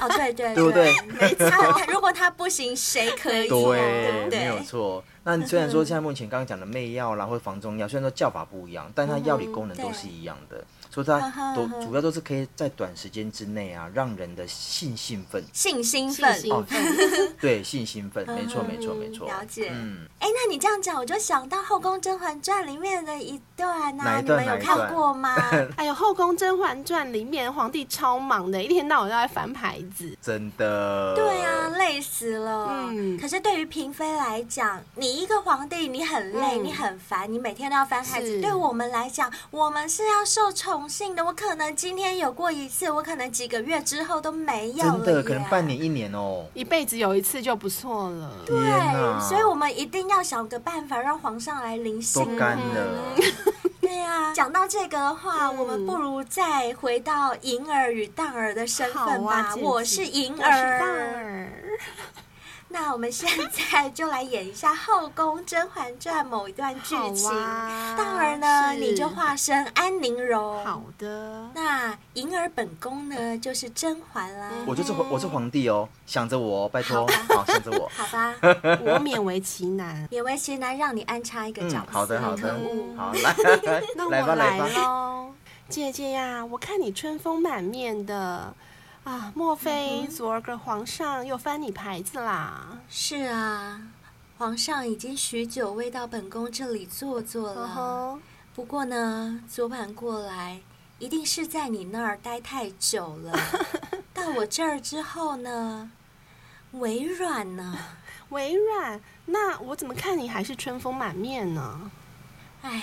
Speaker 3: 哦，对对
Speaker 4: [laughs] 对不对
Speaker 3: 没错。他如果他不行，谁可以？对不
Speaker 4: 没有
Speaker 3: 对？
Speaker 4: 错。那你虽然说现在目前刚刚讲的媚药啦，或者房中药，虽然说叫法不一样，但它药理功能都是一样的，所以它都
Speaker 3: 嗯哼
Speaker 4: 主要都是可以在短时间之内啊，让人的性兴奋，
Speaker 3: 性兴
Speaker 2: 性
Speaker 3: 奋，
Speaker 2: 兴
Speaker 4: 哦
Speaker 2: 奋，
Speaker 4: [laughs] 对性兴奋，
Speaker 3: 嗯
Speaker 4: 没错，没错，没错。
Speaker 3: 了解。
Speaker 4: 嗯，
Speaker 3: 哎，那你这样讲，我就想到《后宫甄嬛传》里面的一段
Speaker 4: 哪
Speaker 3: 啊，
Speaker 4: 一
Speaker 3: 你
Speaker 4: 段
Speaker 3: 们
Speaker 4: 哪
Speaker 3: 有
Speaker 4: 一
Speaker 3: 看
Speaker 4: 段
Speaker 3: 过
Speaker 4: [laughs]
Speaker 3: 吗？
Speaker 2: 哎呦，《后宫甄嬛传》里面皇帝超忙的，一天到晚都在翻牌子。
Speaker 4: 真的。
Speaker 3: 对啊，累死了。
Speaker 2: 嗯
Speaker 3: 可是对于嫔妃来讲，你一个皇帝，你很累，
Speaker 2: 嗯
Speaker 3: 你很烦，你每天都要翻孩子。
Speaker 2: 是
Speaker 3: 对我们来讲，我们是要受宠幸的。我可能今天有过一次，我可能几个月之后都没有了
Speaker 4: 真
Speaker 3: 耶。
Speaker 4: 的，可能半年一年哦。
Speaker 2: 一辈子有一次就不错了。
Speaker 4: 天哪，
Speaker 3: 对，所以我们一定要想个办法让皇上来临
Speaker 4: 都
Speaker 3: 幸
Speaker 4: 干了。
Speaker 3: 对啊，讲到这个的话，
Speaker 2: 嗯
Speaker 3: 我们不如再回到银儿与荡儿的身
Speaker 2: 好
Speaker 3: 份吧。
Speaker 2: 啊，姐姐
Speaker 3: 我是银
Speaker 2: 我是大儿，
Speaker 3: 那我们现在就来演一下《后宫甄嬛传》某一段剧情。
Speaker 2: 好啊
Speaker 3: 当然呢，
Speaker 2: 是
Speaker 3: 你就化身安陵容。
Speaker 2: 好，的，
Speaker 3: 那银儿本宫呢，就是甄嬛啦。
Speaker 2: 嗯
Speaker 4: 我就是皇我是皇帝哦，想着我哦，拜托，好想着我。
Speaker 3: 好
Speaker 2: [laughs]
Speaker 3: 吧，。
Speaker 2: 我勉为其难
Speaker 3: 勉为其难让你安插一个
Speaker 4: 嗯
Speaker 3: 角色。，
Speaker 4: 好的好
Speaker 3: 可
Speaker 4: 的
Speaker 3: 恶，
Speaker 4: 好来来
Speaker 2: [laughs] 那我
Speaker 4: 来吧来
Speaker 2: 来
Speaker 4: 吧，
Speaker 2: 喽，姐姐呀、我看你春风满面的啊，莫非昨儿个皇上又翻你牌子啦？
Speaker 3: 是啊，皇上已经许久未到本宫这里坐坐
Speaker 2: 嗯
Speaker 3: 了。
Speaker 2: 哼，
Speaker 3: 不过呢，昨晚过来一定是在你那儿待太久了。到我这儿之后呢，微软呢，
Speaker 2: 微软，那我怎么看你还是春风满面呢？
Speaker 3: 哎，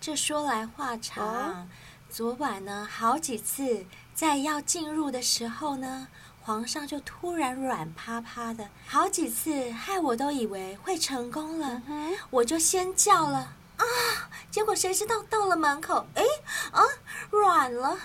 Speaker 3: 这说来话长。
Speaker 2: 哦
Speaker 3: 昨晚呢，好几次在要进入的时候呢，皇上就突然软趴趴的，好几次害我都以为会成功了，
Speaker 2: 嗯
Speaker 3: 我就先叫了啊，结果谁知道到了门口，哎啊，软了，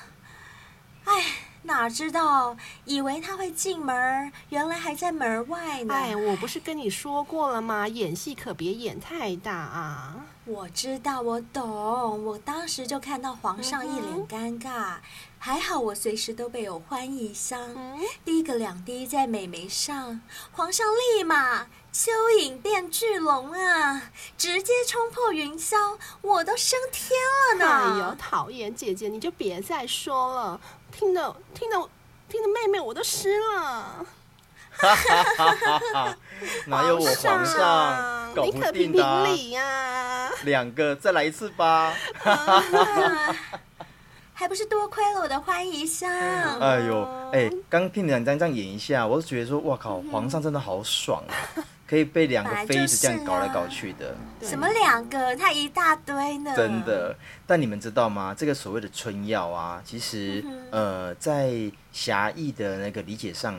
Speaker 3: 哎。哪知道，以为他会进门儿，原来还在门儿外呢。
Speaker 2: 哎，我不是跟你说过了吗？演戏可别演太大啊！
Speaker 3: 我知道，我懂。我当时就看到
Speaker 2: 嗯
Speaker 3: 皇上一脸尴尬，还好我随时都备有欢宜香，
Speaker 2: 嗯
Speaker 3: 滴个两滴在美眉上，皇上立马蚯蚓变巨龙啊，直接冲破云霄，我都升天了
Speaker 2: 哎呦，
Speaker 3: 呢。
Speaker 2: 讨厌姐姐，你就别再说了，听得听得听得妹妹我都湿了。
Speaker 4: 哪有我皇上搞
Speaker 2: 你
Speaker 4: 不
Speaker 2: 可评
Speaker 4: 定的、啊
Speaker 2: 评？理呀、
Speaker 4: 两个，再来一次吧！
Speaker 3: 啊还不是多亏了我的欢宜香。
Speaker 4: 哎呦，哎，刚听你两张这样演一下，我就觉得说，哇靠，皇上真的好爽啊，可以被两个
Speaker 3: 本来
Speaker 4: 妃
Speaker 3: 就是
Speaker 4: 子这样搞来
Speaker 3: 啊
Speaker 4: 搞去的。
Speaker 2: 对
Speaker 3: 什么两个？他一大堆呢。
Speaker 4: 真。的。但你们知道吗？这个所谓的春药啊，其实、呃，在狭义的那个理解上，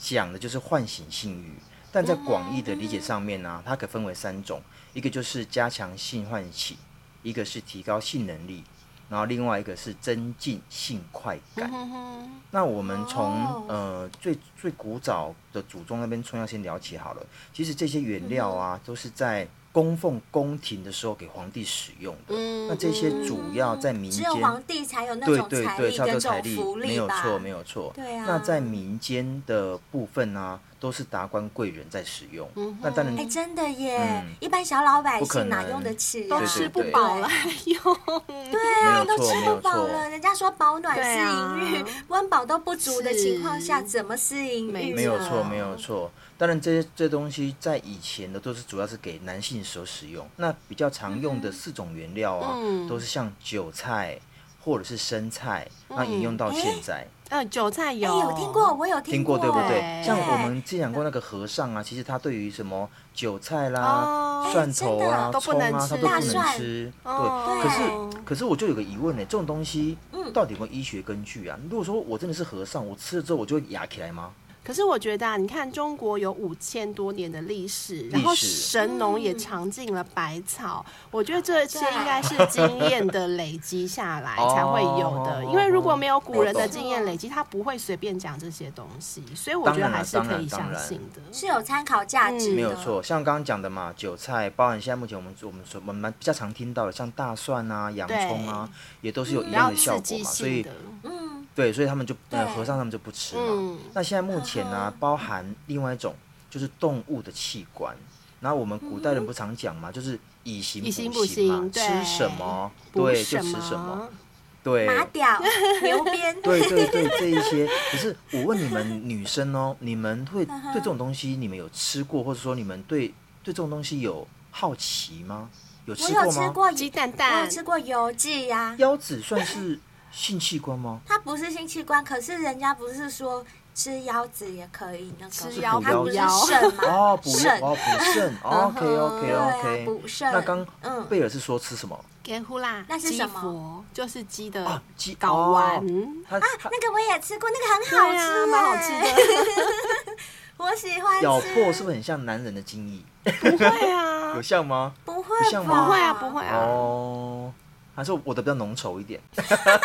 Speaker 4: 讲的就是唤醒性欲。但在广义的理解上面呢、啊它可分为三种，一个就是加强性唤起，一个是提高性能力，然后另外一个是增进性快感。
Speaker 2: 嗯哼
Speaker 4: 那我们从、
Speaker 3: 哦
Speaker 4: 呃最最古早的祖宗那边春药先聊起好了。其实这些原料
Speaker 3: 嗯
Speaker 4: 啊，都是在供奉宫廷的时候给皇帝使用的。
Speaker 2: 嗯
Speaker 4: 那这些主要在民
Speaker 3: 嗯只
Speaker 4: 间，
Speaker 3: 有皇帝才有那
Speaker 4: 对
Speaker 3: 种
Speaker 4: 对
Speaker 3: 财
Speaker 4: 对，
Speaker 3: 力
Speaker 4: 差不
Speaker 3: 跟
Speaker 4: 多
Speaker 3: 这
Speaker 4: 财
Speaker 3: 种
Speaker 4: 力
Speaker 3: 福，利吧？
Speaker 4: 没有错，没有错。
Speaker 3: 对啊
Speaker 4: 那在民间的部分呢、都是达官贵人在使用。那当然
Speaker 3: 哎、，真的耶！
Speaker 4: 嗯
Speaker 3: 一般小老百
Speaker 4: 不可
Speaker 3: 姓哪
Speaker 4: 能
Speaker 3: 用得起、啊？
Speaker 2: 都
Speaker 4: 对
Speaker 2: 吃
Speaker 4: 对
Speaker 2: 不
Speaker 4: 对
Speaker 2: 饱了，哎还用？
Speaker 3: 对啊，
Speaker 4: 没有
Speaker 3: 都
Speaker 4: 错
Speaker 3: 吃
Speaker 4: 没
Speaker 3: 不
Speaker 4: 有
Speaker 3: 饱
Speaker 4: 错
Speaker 3: 了。人家说保暖
Speaker 2: 对
Speaker 3: 思
Speaker 2: 啊
Speaker 3: 淫欲，温饱都不足的情况下，
Speaker 2: 是
Speaker 3: 怎么思淫欲
Speaker 2: 没
Speaker 3: 呢？
Speaker 4: 没有错，
Speaker 2: 啊
Speaker 4: 没有错。当然这，些这东西在以前的都是主要是给男性所使用。那比较常用的四种原料啊，
Speaker 2: 嗯
Speaker 4: 都是像韭菜或者是生菜，那引
Speaker 2: 嗯
Speaker 4: 用到现在。
Speaker 2: [laughs] 呃，韭菜
Speaker 3: 哎、
Speaker 2: 有、
Speaker 3: 有听过，。我有
Speaker 4: 听
Speaker 3: 过，
Speaker 4: 过对不对？
Speaker 2: 对
Speaker 4: 像我们之前讲过那个和尚啊，其实他对于什么韭菜啦
Speaker 2: 哦、
Speaker 4: 蒜头啊
Speaker 2: 哎真的、都不
Speaker 4: 葱
Speaker 2: 能
Speaker 4: 啊，他
Speaker 2: 吃
Speaker 4: 都不
Speaker 3: 大
Speaker 4: 能
Speaker 3: 蒜
Speaker 4: 吃。
Speaker 2: 哦
Speaker 4: 对，可
Speaker 2: 对
Speaker 4: 是可是我就有个疑问呢，这种东西
Speaker 3: 嗯
Speaker 4: 到底有没有医学根据啊？如果说我真的是和尚，我吃了之后我就会哑起来吗？
Speaker 2: 可是我觉得啊，你看中国有五千多年的历史，然后神农也尝尽了百草，我觉得这些应该是经验的累积下来
Speaker 4: 哦
Speaker 2: 才会有的。因为如果没有古人的经验
Speaker 3: 没错
Speaker 2: 累积，他不会随便讲这些东西，所以我觉得还是可以相信的。
Speaker 3: 是有参考价值的。
Speaker 2: 嗯
Speaker 4: 没有错，像刚刚讲的嘛，韭菜，包含现在目前我们我们所我们比较常听到的，像大蒜啊、洋葱啊，也都是有一
Speaker 2: 然
Speaker 4: 样
Speaker 2: 后
Speaker 4: 的效
Speaker 2: 嗯刺
Speaker 4: 果
Speaker 2: 激
Speaker 4: 嘛，所以
Speaker 2: 性的，
Speaker 3: 嗯，
Speaker 4: 对，所以他们就呃
Speaker 3: 对
Speaker 4: 和尚他们就不吃嘛。
Speaker 2: 嗯
Speaker 4: 那现在目前呢、包含另外一种就是动物的器官。然后我们古代人不常讲嘛，就是以形
Speaker 2: 嗯以形
Speaker 4: 补
Speaker 2: 补
Speaker 4: 形嘛，
Speaker 2: 形
Speaker 4: 吃
Speaker 2: 对
Speaker 4: 什么
Speaker 2: 补
Speaker 4: 对就
Speaker 2: 什
Speaker 4: 吃什么
Speaker 2: 么，？
Speaker 4: 对
Speaker 3: 马
Speaker 2: [laughs]
Speaker 3: 屌、牛鞭， [laughs]
Speaker 4: 对对对，这一些。可是我问你们女生哦，你们会
Speaker 3: 嗯
Speaker 4: 对这种东西你们有吃过，或者说你们对对这种东西有好奇吗？有
Speaker 3: 我
Speaker 4: 吃
Speaker 3: 有
Speaker 4: 过
Speaker 3: 吃
Speaker 4: 吗？
Speaker 3: 过
Speaker 2: 鸡蛋
Speaker 3: 我有
Speaker 2: 蛋，
Speaker 3: 吃过油记呀、
Speaker 4: 腰子算是性器官吗？
Speaker 3: 它不是性器官，可是人家不是说吃腰子也可以那个
Speaker 2: 吃
Speaker 3: 吗
Speaker 2: 腰
Speaker 3: 它不是
Speaker 2: 腰
Speaker 3: 肾吗？
Speaker 4: 哦，补
Speaker 3: 肾嗯
Speaker 4: 哦补肾，OK OK
Speaker 3: 对啊
Speaker 4: OK。
Speaker 3: 补肾。
Speaker 4: 那刚
Speaker 3: 嗯，
Speaker 4: 贝尔是说吃什么
Speaker 2: 给呼啦，
Speaker 3: 那是
Speaker 2: 鸡
Speaker 3: 什么
Speaker 2: 佛就是鸡的
Speaker 4: 啊？鸡
Speaker 2: 睾
Speaker 4: 哦
Speaker 2: 丸，
Speaker 4: 他他
Speaker 3: 啊那个我也吃过，那个很好
Speaker 2: 对
Speaker 3: 吃、欸
Speaker 2: 啊，蛮好吃。的，
Speaker 3: [laughs] 我喜欢吃。
Speaker 4: 咬破是不是很像男人的精液？
Speaker 2: 不会啊
Speaker 4: 有，像吗？
Speaker 3: 不会
Speaker 4: 不像
Speaker 3: 吧
Speaker 4: 吗
Speaker 2: 不会啊，不会啊。
Speaker 4: 哦，还是我的比较浓稠一点。
Speaker 2: 不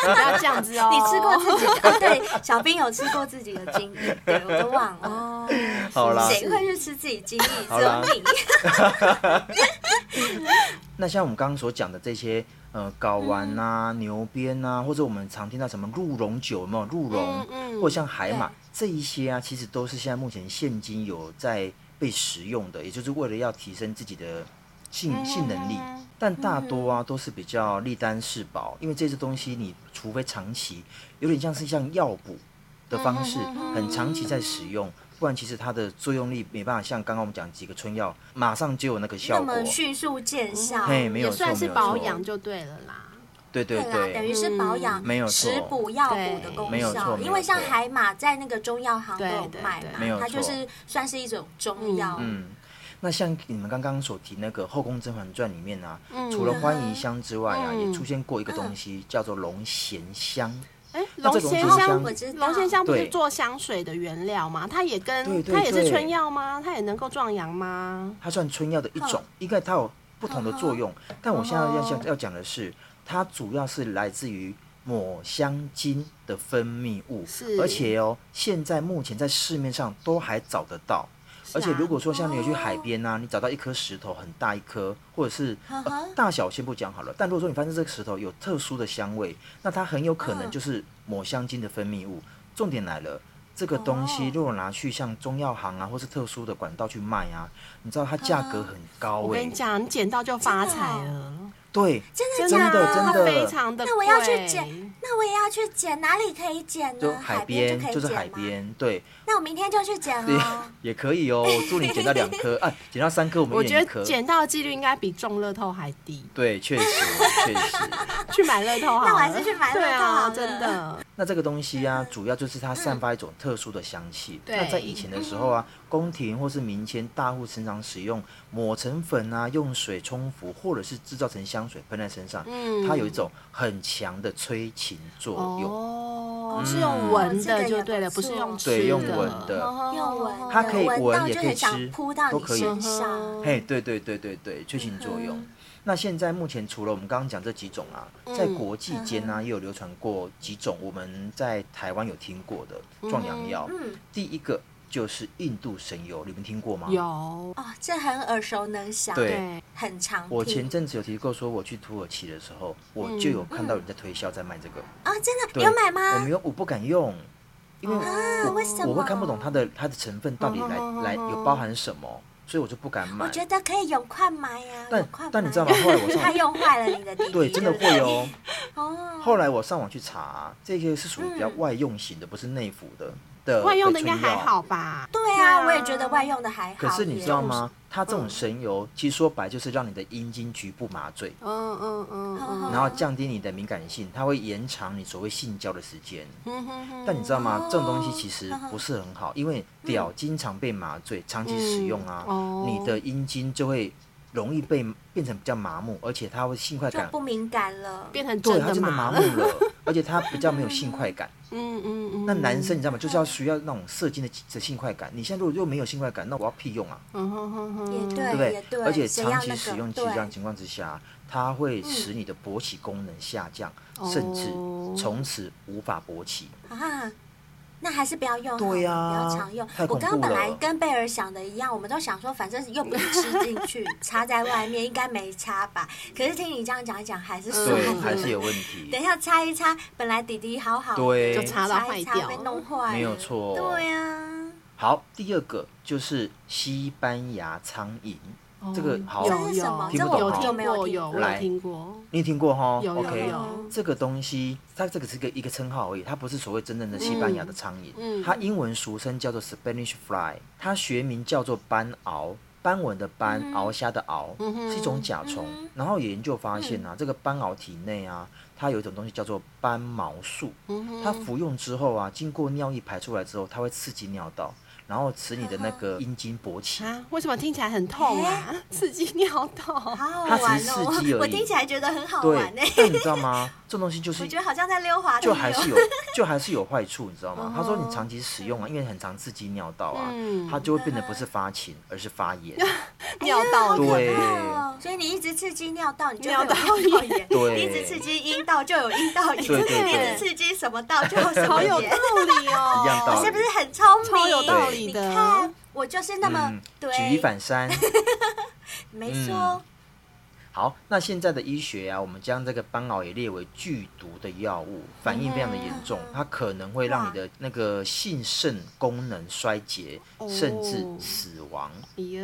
Speaker 2: 要这样子哦。
Speaker 3: [laughs] 你吃过自己的？ [laughs] 对，小兵有吃过自己的精液，
Speaker 2: [laughs]
Speaker 3: 对，我都忘了。哦，
Speaker 4: 好啦，
Speaker 3: 谁会去吃自己精液？
Speaker 4: 好
Speaker 3: 只有
Speaker 4: 啦
Speaker 3: 你。
Speaker 4: 那像我们刚刚所讲的这些，呃，睾丸啊、
Speaker 3: 嗯
Speaker 4: 牛鞭啊，或者我们常听到什么鹿茸酒，有没有鹿茸
Speaker 2: 嗯，？嗯
Speaker 4: 或像海马
Speaker 3: 对
Speaker 4: 这一些啊，其实都是现在目前现今有在被食用的，也就是为了要提升自己的
Speaker 3: 嗯
Speaker 4: 性性能力。但大多啊都是比较立单适保，因为这些东西你除非长期，有点像是像药补的方式，
Speaker 3: 嗯
Speaker 4: 很长期在使用，不然其实它的作用力没办法像刚刚我们讲几个春药，马上就有那个效
Speaker 3: 那
Speaker 4: 果。
Speaker 3: 么迅速见效，
Speaker 4: 嘿，没有
Speaker 2: 也
Speaker 4: 错，
Speaker 2: 算是
Speaker 4: 没有错
Speaker 2: 保养就对了啦。
Speaker 4: 对对
Speaker 3: 啦，等于
Speaker 4: 对，
Speaker 3: 是保养、
Speaker 4: 嗯没有错
Speaker 3: 食补药补的功
Speaker 4: 对没有
Speaker 3: 效。
Speaker 4: 错
Speaker 3: 因为像
Speaker 4: 没有错
Speaker 3: 海马在那个中药行都有
Speaker 2: 对对
Speaker 3: 卖
Speaker 2: 对
Speaker 4: 没有
Speaker 3: 嘛，它就
Speaker 4: 错
Speaker 3: 是算是一种中药。
Speaker 4: 嗯。那像你们刚刚所提那个《后宫甄嬛传》里面啊，
Speaker 2: 嗯
Speaker 4: 除了欢宜香之外啊，
Speaker 2: 嗯
Speaker 4: 也出现过一个东西叫做龙涎香。
Speaker 2: 哎，
Speaker 4: 那
Speaker 2: 龙
Speaker 4: 这种
Speaker 2: 涎
Speaker 4: 酒
Speaker 2: 香
Speaker 4: 香
Speaker 3: 我知道，
Speaker 2: 龙涎香不是
Speaker 4: 对
Speaker 2: 做香水的原料吗？它也
Speaker 4: 对
Speaker 2: 跟
Speaker 4: 对
Speaker 2: 它也是
Speaker 4: 对
Speaker 2: 春药吗？它也能够壮阳吗？
Speaker 4: 它算春药的一种，因为它有不同的作用。
Speaker 2: 哦
Speaker 4: 但我现在要想要讲的是，它主要是来自于抹香鲸的分泌物
Speaker 2: 是，
Speaker 4: 而且哦，现在目前在市面上都还找得到。而
Speaker 2: 啊
Speaker 4: 且如果说像你有去海边啊，你找到一颗石头很大一颗，或者是、呃
Speaker 3: 哼
Speaker 4: 大小先不讲好了，但如果说你发现这个石头有特殊的香味，那它很有可能就是抹香鲸的分泌物。重点来了，这个东西
Speaker 3: 哦
Speaker 4: 如果拿去像中药行啊，或是特殊的管道去卖啊，你知道它价格很高
Speaker 2: 我
Speaker 4: 哎、
Speaker 2: 跟你讲，你捡到就发财了，
Speaker 4: 对，
Speaker 3: 真
Speaker 2: 真
Speaker 3: 的假
Speaker 4: 真的真
Speaker 2: 它
Speaker 4: 的
Speaker 2: 非常的贵。
Speaker 3: 那我要去捡，那我也要去捡，哪里可以捡
Speaker 4: 就
Speaker 3: 呢？
Speaker 4: 海
Speaker 3: 边
Speaker 4: 边
Speaker 3: 就可以
Speaker 4: 就是
Speaker 3: 捡
Speaker 4: 海
Speaker 3: 吗。啊
Speaker 4: 边，对，
Speaker 3: 那我明天就去捡
Speaker 4: 也 [laughs]
Speaker 3: 喽。
Speaker 4: 也可以哦。祝你捡到两颗，哎，捡到三颗，我们
Speaker 2: 我
Speaker 4: 一
Speaker 2: 觉
Speaker 4: 人一
Speaker 2: 得
Speaker 4: 颗。
Speaker 2: 捡到的几率应该比中乐透还低。
Speaker 4: 对，确实确实。
Speaker 2: 去买乐透好 [laughs] 了，
Speaker 3: 那我还是去买乐透
Speaker 2: 对
Speaker 3: 好
Speaker 2: 啊，
Speaker 3: 了
Speaker 2: 真的。
Speaker 4: 那这个东西
Speaker 2: 嗯
Speaker 4: 啊，主要就是它散发一种特殊的香气。
Speaker 2: 对
Speaker 4: 那在以前的时候啊，宫廷或是民间大户经常使用抹成粉啊，用水冲服，或者是制造成香水喷在身上。
Speaker 2: 嗯
Speaker 4: 它有一种很强的催情作用。
Speaker 2: 哦，
Speaker 3: 嗯
Speaker 2: 是用闻
Speaker 3: 这个
Speaker 2: 的
Speaker 3: 也
Speaker 2: 就对了，
Speaker 3: 不
Speaker 2: 不
Speaker 3: 错
Speaker 2: 是用吃的。
Speaker 4: 对，用闻的，
Speaker 2: 哦
Speaker 3: 用闻的，
Speaker 4: 它可以
Speaker 3: 闻
Speaker 4: 闻
Speaker 3: 到
Speaker 4: 也
Speaker 3: 就
Speaker 4: 可以
Speaker 3: 很想
Speaker 4: 吃
Speaker 3: 扑到
Speaker 4: 都
Speaker 3: 你
Speaker 4: 可以
Speaker 2: 嗯
Speaker 3: 身上。
Speaker 4: 嘿，对对对对对，催情作用。那现在目前除了我们刚刚讲这几种啊，在
Speaker 2: 嗯
Speaker 4: 国际间呢、啊也有流传过几种我们在台湾有听过的壮阳药。
Speaker 3: 嗯，
Speaker 4: 第一个就是印度神油，你们听过吗？。
Speaker 2: 有
Speaker 3: 哦，这很耳熟能详，
Speaker 4: 对
Speaker 2: 对，
Speaker 3: 很常
Speaker 4: 我前
Speaker 3: 听。
Speaker 4: 阵子有提过，说我去土耳其的时候，我就有看到人在推销在卖这个。
Speaker 3: 哦，真的
Speaker 4: 对，
Speaker 3: 有嗯买
Speaker 4: 我
Speaker 3: 吗？
Speaker 4: 没有，我不敢用，因为
Speaker 3: 啊，为什么？嗯
Speaker 4: 我会看不懂它。的它的成分到底来来有包含什么，所以我就不敢
Speaker 3: 我
Speaker 4: 买。
Speaker 3: 觉得可以有快买呀，
Speaker 4: 但
Speaker 3: 有快买
Speaker 4: 但你知道吗？
Speaker 3: [laughs]
Speaker 4: 后来我
Speaker 3: 他
Speaker 4: 上
Speaker 3: 用坏了你的弟弟，
Speaker 4: [laughs] 对真的
Speaker 3: 不
Speaker 4: 会哦。
Speaker 3: [laughs] 哦，
Speaker 4: 后来我上网去查、这个是属于比
Speaker 3: 嗯
Speaker 4: 较外用型的，不是内服的的
Speaker 2: 外用的应该
Speaker 4: 回呃春
Speaker 2: 还
Speaker 4: 药
Speaker 2: 好吧？
Speaker 3: 对啊，我也觉得外用的还好。
Speaker 4: 可是你知道吗？它这种
Speaker 2: 嗯
Speaker 4: 神油，其实说白就是让你的阴茎局部麻醉，
Speaker 2: 嗯嗯嗯嗯，
Speaker 4: 然后降低你的敏感性，它会延长你所谓性交的时间。
Speaker 2: 嗯哼哼
Speaker 4: 但你知道吗？这种东西其实
Speaker 3: 哦嗯
Speaker 4: 不是很好，因为屌经常被麻醉，长期使用啊，
Speaker 2: 嗯哦
Speaker 4: 你的阴茎就会容易被变成比较麻木，而且它会性快
Speaker 3: 就
Speaker 4: 感
Speaker 3: 不，敏感了。
Speaker 2: 哦变成
Speaker 4: 对，
Speaker 2: 真
Speaker 4: 它
Speaker 2: 的
Speaker 4: 真的麻
Speaker 2: 麻
Speaker 4: 木了，而且它比
Speaker 3: [laughs]
Speaker 4: 较没有性快感。
Speaker 2: 嗯嗯嗯。
Speaker 4: 那男生你知道吗？就是要需要那种射精的的性快感。你现在如果又没有性快感，那我要屁用啊，
Speaker 2: 嗯哼哼哼，
Speaker 3: 也
Speaker 4: 对
Speaker 3: 对
Speaker 4: 不
Speaker 3: 也
Speaker 4: 对？
Speaker 3: 对，
Speaker 4: 而且
Speaker 3: 谁要
Speaker 4: 长期
Speaker 3: 那
Speaker 4: 使
Speaker 3: 个
Speaker 4: 用剂
Speaker 3: 对嗯
Speaker 4: 量情况之下，它会使你的勃起功能下降，
Speaker 2: 哦
Speaker 4: 甚至从此无法勃起。
Speaker 3: 啊，那还是不要用好了，
Speaker 4: 对呀
Speaker 3: 不要常用
Speaker 4: 太。
Speaker 3: 我
Speaker 4: 恐怖
Speaker 3: 刚刚本来
Speaker 4: 了
Speaker 3: 跟贝尔想的一样，我们都想说，反正又不是吃进去，插在外面应该没插吧。可是听你这样讲一讲，还是算
Speaker 4: 嗯对，
Speaker 3: 了。
Speaker 4: 还是有问题
Speaker 3: 等。一下擦一擦，本来底底好好的，
Speaker 4: 对
Speaker 2: 就插到
Speaker 3: 一
Speaker 2: 坏
Speaker 3: 擦
Speaker 2: 掉
Speaker 3: 被弄坏了，
Speaker 4: 没有错
Speaker 3: 对呀、
Speaker 4: 好，第二个就是西班牙苍蝇，
Speaker 2: 哦
Speaker 4: 这个好
Speaker 2: 有
Speaker 3: 这是什么
Speaker 2: 有
Speaker 4: 听不懂
Speaker 2: 有
Speaker 4: 哈
Speaker 2: 听过有我
Speaker 4: 来
Speaker 2: 有听过，
Speaker 4: 你听过哈
Speaker 2: 有有啊
Speaker 4: ？OK，
Speaker 2: 有
Speaker 4: 这个东西它这个是个一个称号而已，它不是所谓真正的西班牙的苍蝇，
Speaker 2: 嗯
Speaker 4: 它英文俗称叫做 Spanish fly，它学名叫做斑螯。斑纹的斑，鳌虾的鳌，
Speaker 2: 嗯哼嗯
Speaker 4: 是一种甲虫。然后研究发现啊，这个斑螯体内啊，它有一种东西叫做斑毛素。
Speaker 2: 嗯哼
Speaker 4: 它服用之后啊，经过尿液排出来之后，它会刺激尿道，然后使你的那个阴茎勃起。
Speaker 2: 啊，为什么听起来很痛啊？刺激尿道，
Speaker 3: 好好
Speaker 4: 它只
Speaker 3: 玩
Speaker 4: 是
Speaker 3: 哦
Speaker 4: 刺激！
Speaker 3: 我 [laughs]
Speaker 4: 而
Speaker 3: 我
Speaker 4: 已
Speaker 3: 听起来觉得很好
Speaker 4: 对
Speaker 3: 玩呢、，欸
Speaker 4: 但你知道吗？这种东西就是
Speaker 3: 我觉得好像在溜滑梯、哦，
Speaker 4: 就还是有，就还是有坏处，你知道吗？他
Speaker 3: 哦
Speaker 4: 说你长期使用啊，因为很常刺激尿道啊，
Speaker 2: 嗯
Speaker 4: 它就会变得不是发情，而是发炎。
Speaker 2: 尿道
Speaker 4: 对
Speaker 3: 哦，所以你一直刺激尿道，你就会有
Speaker 2: 尿道
Speaker 3: 尿道炎；
Speaker 4: [laughs] 对
Speaker 3: 你一直刺激阴道就有阴道炎；
Speaker 4: 对对
Speaker 3: 你一直
Speaker 4: 对
Speaker 3: 刺激什么道就有什
Speaker 2: 好
Speaker 3: 么
Speaker 2: 有
Speaker 3: 炎
Speaker 2: 道。理哦，
Speaker 4: 一样道
Speaker 3: 我
Speaker 4: 理
Speaker 3: 是不是很聪明？
Speaker 2: 超有道理的
Speaker 3: 你看，我就是那么
Speaker 4: 嗯，举
Speaker 3: 对，
Speaker 4: 一反嗯三。
Speaker 3: 没错。
Speaker 4: 好，那现在的医学啊，我们将这个斑螯也列为剧毒的药物，反应非常的严
Speaker 3: 哦
Speaker 4: 重，它可能会让你的那个性肾功能衰竭，甚至
Speaker 2: 哦
Speaker 4: 死亡。
Speaker 2: 哎呀，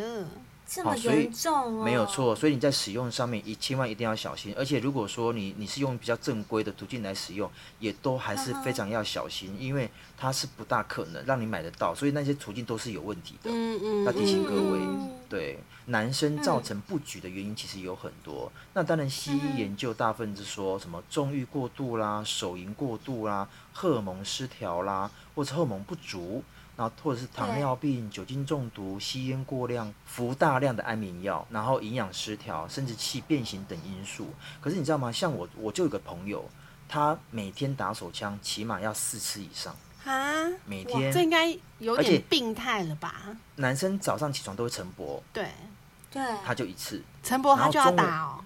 Speaker 3: 这么
Speaker 4: 好所以
Speaker 3: 严重哦，
Speaker 4: 没有错，所以你在使用上面一千万一定要小心，而且如果说你你是用比较正规的途径来使用，也都还是非常要小心，因为它是不大可能让你买得到，所以那些途径都是有问题的。
Speaker 2: 嗯嗯，
Speaker 4: 要提醒
Speaker 2: 嗯
Speaker 4: 各位
Speaker 3: 嗯，
Speaker 4: 对男生造成不举的原因其实有很多。那当然，西医研究大部分是说什么纵欲过度啦、手淫过度啦、荷尔蒙失调啦，或者荷尔蒙不足，然后或者是糖尿病、酒精中毒、吸烟过量、服大量的安眠药，然后营养失调、生殖器变形等因素。可是你知道吗？像我，我就有个朋友，他每天打手枪起码要四次以上，
Speaker 2: 啊，
Speaker 4: 每
Speaker 3: 哇
Speaker 4: 天
Speaker 2: 这应该有
Speaker 4: 嗯而且
Speaker 2: 点病态了吧？
Speaker 4: 男生早上起床都会晨勃，
Speaker 2: 对，
Speaker 3: 对，嗯
Speaker 4: 他就一次，
Speaker 2: 陈伯他就要
Speaker 4: 然后中午
Speaker 2: 打哦，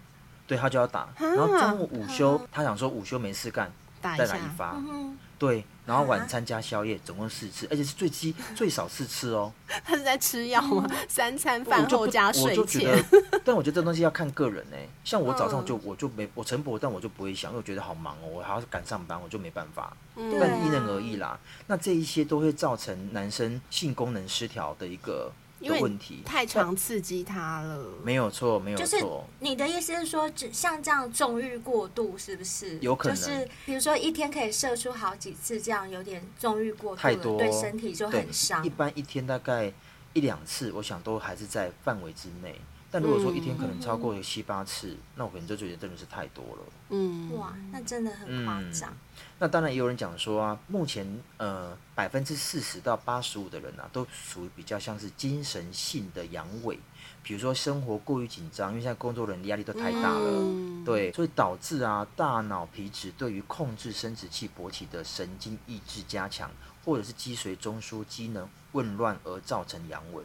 Speaker 4: 对他就要
Speaker 2: 啊
Speaker 4: 打。然后中午午休，他想说午休没事干，
Speaker 2: 打
Speaker 4: 再
Speaker 2: 一
Speaker 4: 打
Speaker 2: 下，
Speaker 4: 一发。
Speaker 3: 嗯
Speaker 4: 对，然后晚
Speaker 3: 啊
Speaker 4: 餐加宵夜，总共四次，而且是最基最少四次哦。
Speaker 2: 他是 [laughs] 在吃药吗？三餐
Speaker 4: 我
Speaker 2: 饭
Speaker 4: 就
Speaker 2: 后
Speaker 4: 不
Speaker 2: 加
Speaker 4: 我
Speaker 2: 睡
Speaker 4: 就觉
Speaker 2: 前， [laughs] 嗯
Speaker 4: 得，但我觉得这东西要看个人呢、像我早上就、我就没我晨勃，但我就不会想，因为我觉得好忙哦，我还要赶上班，我就没办法。
Speaker 2: 嗯
Speaker 3: 对
Speaker 4: 但
Speaker 3: 啊
Speaker 4: 因人而异啦。那这一些都会造成男生性功能失调的一个
Speaker 2: 因
Speaker 4: 的
Speaker 2: 为
Speaker 4: 问题。
Speaker 2: 太常刺激他了。
Speaker 4: 没有错，没有
Speaker 3: 就
Speaker 4: 错。
Speaker 3: 是你的意思是说，只像这样纵欲过度是不是？
Speaker 4: 有可能
Speaker 3: 就是比如说一天可以射出好几次，这样有点纵欲过度了，
Speaker 4: 太多
Speaker 3: 对身体就
Speaker 4: 对
Speaker 3: 很伤
Speaker 4: 一。般一天大概一两次，我想都还是在范围之内。但如果说一天可能超过七八次，那我可能就觉得真的是太多了。
Speaker 2: 嗯，
Speaker 3: 哇，那真的很
Speaker 4: 嗯
Speaker 3: 夸张。
Speaker 4: 那当然也有人讲说啊，目前呃百分之四十到八十五的人啊，都属于比较像是精神性的阳痿，比如说生活过于紧张，因为现在工作人的压力都太大了，
Speaker 2: 嗯
Speaker 4: 对，所以导致啊大脑皮质对于控制生殖器勃起的神经抑制加强，或者是脊髓中枢机能紊乱而造成阳痿。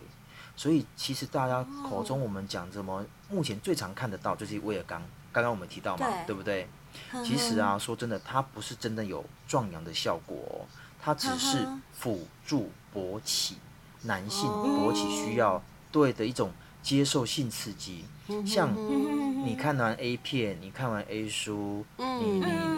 Speaker 4: 所以其实大家口中我们讲什么，目前最常看得到就是威尔刚，刚刚我们提到嘛，
Speaker 3: 对嗯
Speaker 4: 对不对？
Speaker 3: 呵呵
Speaker 4: 其实，
Speaker 3: [laughs]
Speaker 4: 啊，说真的，它不是真的有壮阳的效果、哦，它只是
Speaker 3: 呵呵
Speaker 4: 辅助勃起，男性
Speaker 2: 哦
Speaker 4: 勃起需要对的一种接受性刺激。像
Speaker 2: 嗯
Speaker 4: 你
Speaker 3: 你，
Speaker 4: 看完 A 片，你看完 A 书，你
Speaker 2: 嗯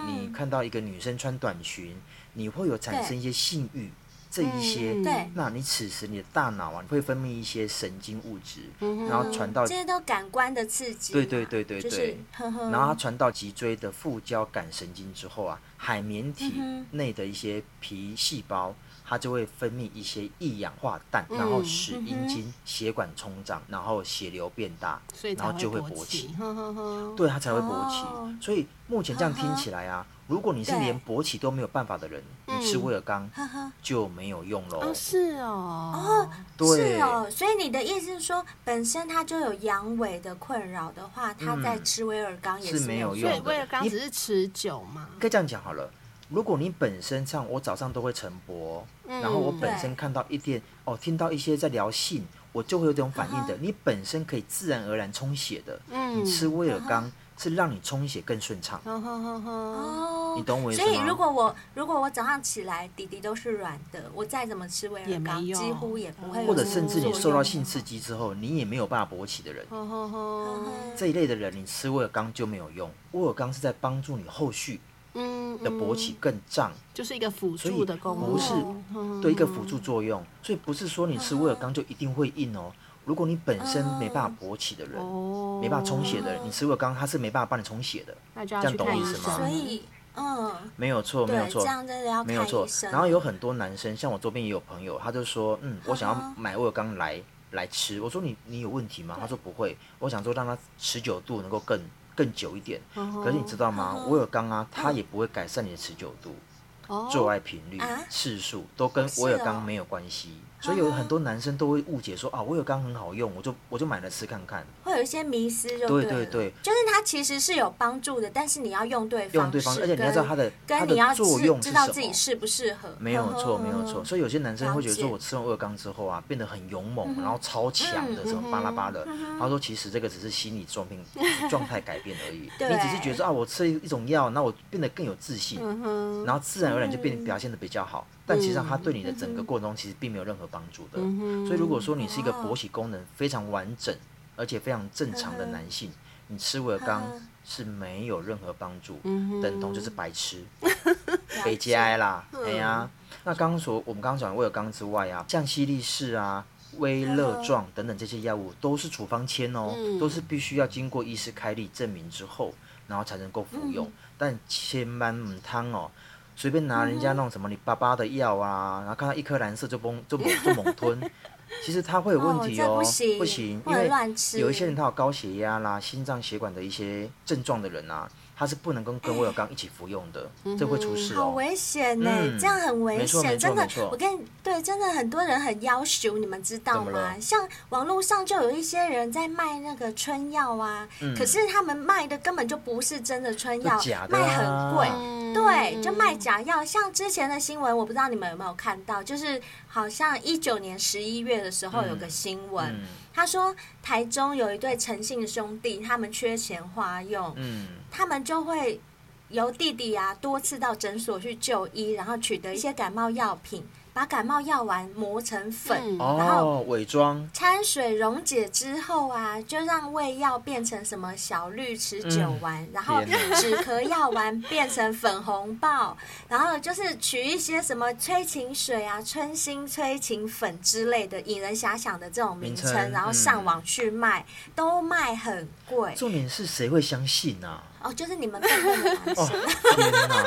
Speaker 4: 你你
Speaker 3: 嗯
Speaker 4: 看到一个女生穿短裙，你会有产生一些性欲，这一些
Speaker 2: 嗯，
Speaker 3: 对
Speaker 4: 那你此时你的大脑啊会分泌一些神经物质，
Speaker 2: 嗯
Speaker 4: 然后传到
Speaker 3: 这些嗯都感官的刺激嘛，
Speaker 4: 对对对对
Speaker 3: 就
Speaker 4: 对
Speaker 3: 是呵呵，
Speaker 4: 然后它传到脊椎的副交感神经之后啊，海绵体
Speaker 3: 嗯
Speaker 4: 内的一些皮细胞，它就会分泌一些一氧化氮，
Speaker 3: 嗯
Speaker 4: 然后使阴茎、血管冲胀，然后血流变大
Speaker 2: 所以，才
Speaker 4: 然后就
Speaker 2: 会
Speaker 4: 会
Speaker 2: 勃
Speaker 4: 勃起
Speaker 2: 起，，呵呵呵，
Speaker 4: 对，它才会勃起。
Speaker 3: 哦
Speaker 4: 所以目前这样听起来啊，如果你是
Speaker 3: 对嗯
Speaker 4: 连勃起都没有办法的人，你吃威尔刚
Speaker 3: 呵呵。
Speaker 4: 就没有用喽。
Speaker 2: 啊，是哦，
Speaker 4: 对
Speaker 3: 是哦，所以你的意思是说，本身他就有阳痿的困扰的话，他在
Speaker 4: 嗯
Speaker 3: 吃威尔刚也
Speaker 4: 是
Speaker 3: 没
Speaker 4: 没有
Speaker 2: 所
Speaker 4: 用
Speaker 2: 以
Speaker 4: 的
Speaker 2: 威尔刚
Speaker 4: 你
Speaker 2: 只是持久嘛，
Speaker 4: 可以这样讲好了，如果你本身像我早上都会晨勃，
Speaker 2: 嗯
Speaker 3: 嗯
Speaker 4: 然后我本身看到一点哦，听到一些在聊性，我就会有这种反
Speaker 3: 嗯
Speaker 4: 应的。你本身可以自然而然充血的，
Speaker 2: 嗯
Speaker 4: 你吃威尔刚是让你充血更顺畅，
Speaker 2: 呵呵呵呵，
Speaker 3: 哦，
Speaker 4: 你懂我意思
Speaker 3: 所以
Speaker 4: 吗
Speaker 3: 如果我如果我早上起来底底都是软的，我再怎么吃威
Speaker 2: 也
Speaker 3: 尔
Speaker 2: 没
Speaker 3: 刚，
Speaker 2: 用
Speaker 3: 几乎也不会有
Speaker 4: 或者
Speaker 3: 什么
Speaker 4: 甚至你
Speaker 3: 哎作
Speaker 4: 受到
Speaker 3: 用哦
Speaker 4: 性刺激之后，你也没有办法勃起的人。
Speaker 2: 呵呵呵，
Speaker 3: 嗯
Speaker 4: 这一类的人，你吃威尔刚就没有用。威尔刚是在帮助你后续
Speaker 2: 嗯，
Speaker 4: 的勃起更胀，
Speaker 2: 就是一个辅
Speaker 4: 所
Speaker 2: 助
Speaker 4: 以
Speaker 2: 的功能，
Speaker 4: 不是
Speaker 3: 嗯
Speaker 4: 对一个辅助作用。所以不是说你吃威尔刚就一定会硬哦。如果你本身
Speaker 3: 嗯
Speaker 4: 没办法勃起的人，
Speaker 2: 哦，
Speaker 4: 没办法充血的人，
Speaker 3: 哦
Speaker 4: 你吃威尔刚它是没办法帮你充血的。
Speaker 2: 那就要
Speaker 4: 这样
Speaker 2: 去
Speaker 4: 懂
Speaker 2: 看医
Speaker 4: 我意思吗
Speaker 2: 生，
Speaker 3: 所以嗯，
Speaker 4: 没有错，没有
Speaker 3: 对，
Speaker 4: 错
Speaker 3: 这，样真的要
Speaker 4: 没有
Speaker 3: 看
Speaker 4: 错
Speaker 3: 医。生。
Speaker 4: 然后有很多男生，像我周边也有朋友，他就说，嗯，我
Speaker 3: 嗯
Speaker 4: 想要买威尔刚来来吃。我说你你有问题吗？他说不会，我想说让它持久度能够更更久一点。可是你知道吗？
Speaker 3: 嗯
Speaker 4: 威尔刚啊，它也不会改善你的持久度、
Speaker 2: 哦
Speaker 4: 做爱频率
Speaker 3: 哦啊、哦
Speaker 4: 次数，都跟威尔刚没有关系。所以有很多男生都会误解说啊，威尔刚很好用，我就我就买来吃看看。
Speaker 3: 会有一些迷失，就
Speaker 4: 对
Speaker 3: 对
Speaker 4: 对
Speaker 3: 了
Speaker 4: 对
Speaker 3: 就是它其实是有帮助的，但是你要用对
Speaker 4: 用对方
Speaker 3: 式
Speaker 4: 而且你要知道它的
Speaker 3: 跟
Speaker 4: 它
Speaker 3: 跟
Speaker 4: 的
Speaker 3: 你要
Speaker 4: 作
Speaker 3: 知
Speaker 4: 用是
Speaker 3: 知道
Speaker 4: 什
Speaker 3: 自己
Speaker 4: 么
Speaker 3: 适不适合。哦
Speaker 4: 没有错，没有错。所以有些男生会觉得
Speaker 3: 了
Speaker 4: 说，
Speaker 3: 解嗯
Speaker 4: 我吃完二缸之后啊，变得很勇猛，然后超强的，什么巴拉巴拉的。他说，其实这个只是心理状病状态改变而已。
Speaker 3: [laughs] 对嗯
Speaker 4: 你只是觉得说啊，我吃一种药，那我变得更有自信，
Speaker 2: 嗯
Speaker 4: 然后自然而然就变得表现得比较好。但其实上，它对你的整个过程中其实并没有任何帮助的。所以如果说你是一个勃起功能非常完整，而且非常正常的男性，你吃维尔刚
Speaker 3: 嗯
Speaker 4: 是没有任何帮助，
Speaker 2: 哼
Speaker 4: 等同就是白痴。
Speaker 3: 了
Speaker 4: 北极
Speaker 3: 解
Speaker 4: 哀啦，哎
Speaker 3: 嗯
Speaker 4: 呀，那刚刚所我们刚刚讲的威尔刚之外啊，像西力士啊、威乐壮
Speaker 3: 啊
Speaker 4: 等等这些药物都是处方签哦，
Speaker 3: 嗯
Speaker 4: 都是必须要经过医师开立证明之后，然后才能够服
Speaker 3: 嗯
Speaker 4: 用，但千万唔汤哦。随便拿人
Speaker 3: 嗯
Speaker 4: 家弄什么你爸爸的药啊，然后看到一颗蓝色就崩就猛就猛
Speaker 3: [laughs]
Speaker 4: 吞，其实它会有问题
Speaker 3: 哦这
Speaker 4: 哦，
Speaker 3: 不行不
Speaker 4: 因
Speaker 3: 能
Speaker 4: 为
Speaker 3: 乱吃
Speaker 4: 有一些人他有高血压啦、心脏血管的一些症状的人啊，他是不能跟跟威尔刚一起服用的，这会出事
Speaker 3: 嗯
Speaker 4: 哦。
Speaker 3: 好危险呢、
Speaker 4: 嗯
Speaker 3: 这样很危
Speaker 4: 没错没
Speaker 3: 险，
Speaker 4: 错
Speaker 3: 真的
Speaker 4: 没错。
Speaker 3: 我跟你对，真的很多人很要求，你们知道
Speaker 4: 怎么
Speaker 3: 吗？
Speaker 4: 了
Speaker 3: 像网络上就有一些人在卖那个春药啊，可是他们卖的根本就不是真的春药
Speaker 4: 嗯就假，的啊
Speaker 3: 卖很贵。对，就卖假药。像之前的新闻，我不知道你们有没有看到，就是好像一九年十一月的时候有个新闻，
Speaker 4: 嗯
Speaker 3: 他说台中有一对诚信兄弟，他们缺钱花用，
Speaker 4: 嗯，
Speaker 3: 他们就会由弟弟啊多次到诊所去就医，然后取得一些感冒药品，把感冒药丸磨成粉。
Speaker 2: 嗯
Speaker 3: 然后
Speaker 4: 哦，伪装，
Speaker 3: 掺水溶解之后啊，就让胃药变成什么小绿持久丸，然后
Speaker 4: 嗯天
Speaker 3: 止咳药丸变成粉红豹，然后就是取一些什么催情水啊、春心催情粉之类的引人遐想的这种名称
Speaker 4: 名，称嗯
Speaker 3: 然后上网去卖，都卖很贵
Speaker 4: 重点是谁会相信啊？
Speaker 3: 哦，就是你们笨笨的男
Speaker 4: 哦，
Speaker 3: 生。
Speaker 4: 天哪！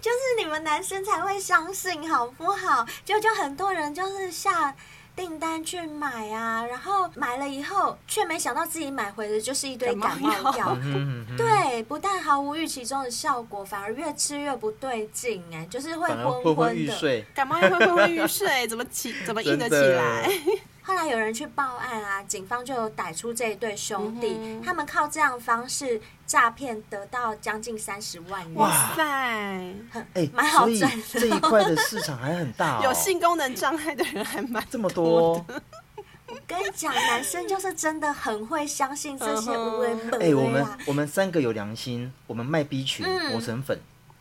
Speaker 3: 就是你们男生才会相信，好不好？就就很多人就是下订单去买啊，然后买了以后，却没想到自己买回的就是一堆感
Speaker 2: 感冒药
Speaker 3: 冒药。
Speaker 4: 嗯哼，
Speaker 3: 对，不但毫无预期中的效果，反而越吃越不对劲，哎，就是会
Speaker 4: 反而
Speaker 3: 昏
Speaker 4: 昏昏
Speaker 3: 昏
Speaker 4: 欲
Speaker 3: 的。
Speaker 4: 睡，
Speaker 2: 感冒又会昏昏欲睡，怎么起 [laughs] 怎么硬得
Speaker 4: 真
Speaker 2: 起
Speaker 4: 的
Speaker 2: 来？
Speaker 3: 后来有人去报案啊，警方就有逮出这一对兄弟，
Speaker 2: 嗯哼
Speaker 3: 他们靠这样的方式诈骗得到将近三十万元，
Speaker 2: 哇塞，
Speaker 4: 哎，
Speaker 3: 蛮好
Speaker 4: 所以
Speaker 3: 赚的
Speaker 4: 这一块的市场还很大哦，
Speaker 2: 有性功能障碍的人还蛮
Speaker 4: 这么 [laughs]
Speaker 2: [laughs]
Speaker 4: 多。
Speaker 3: 跟你讲，男生就是真的很会相信这
Speaker 2: 嗯
Speaker 3: 些无为本
Speaker 4: 哎、我
Speaker 3: 位
Speaker 4: 们
Speaker 3: 啊。
Speaker 4: 我们三个有良心，我们卖 B 群
Speaker 3: 嗯
Speaker 4: 磨成粉，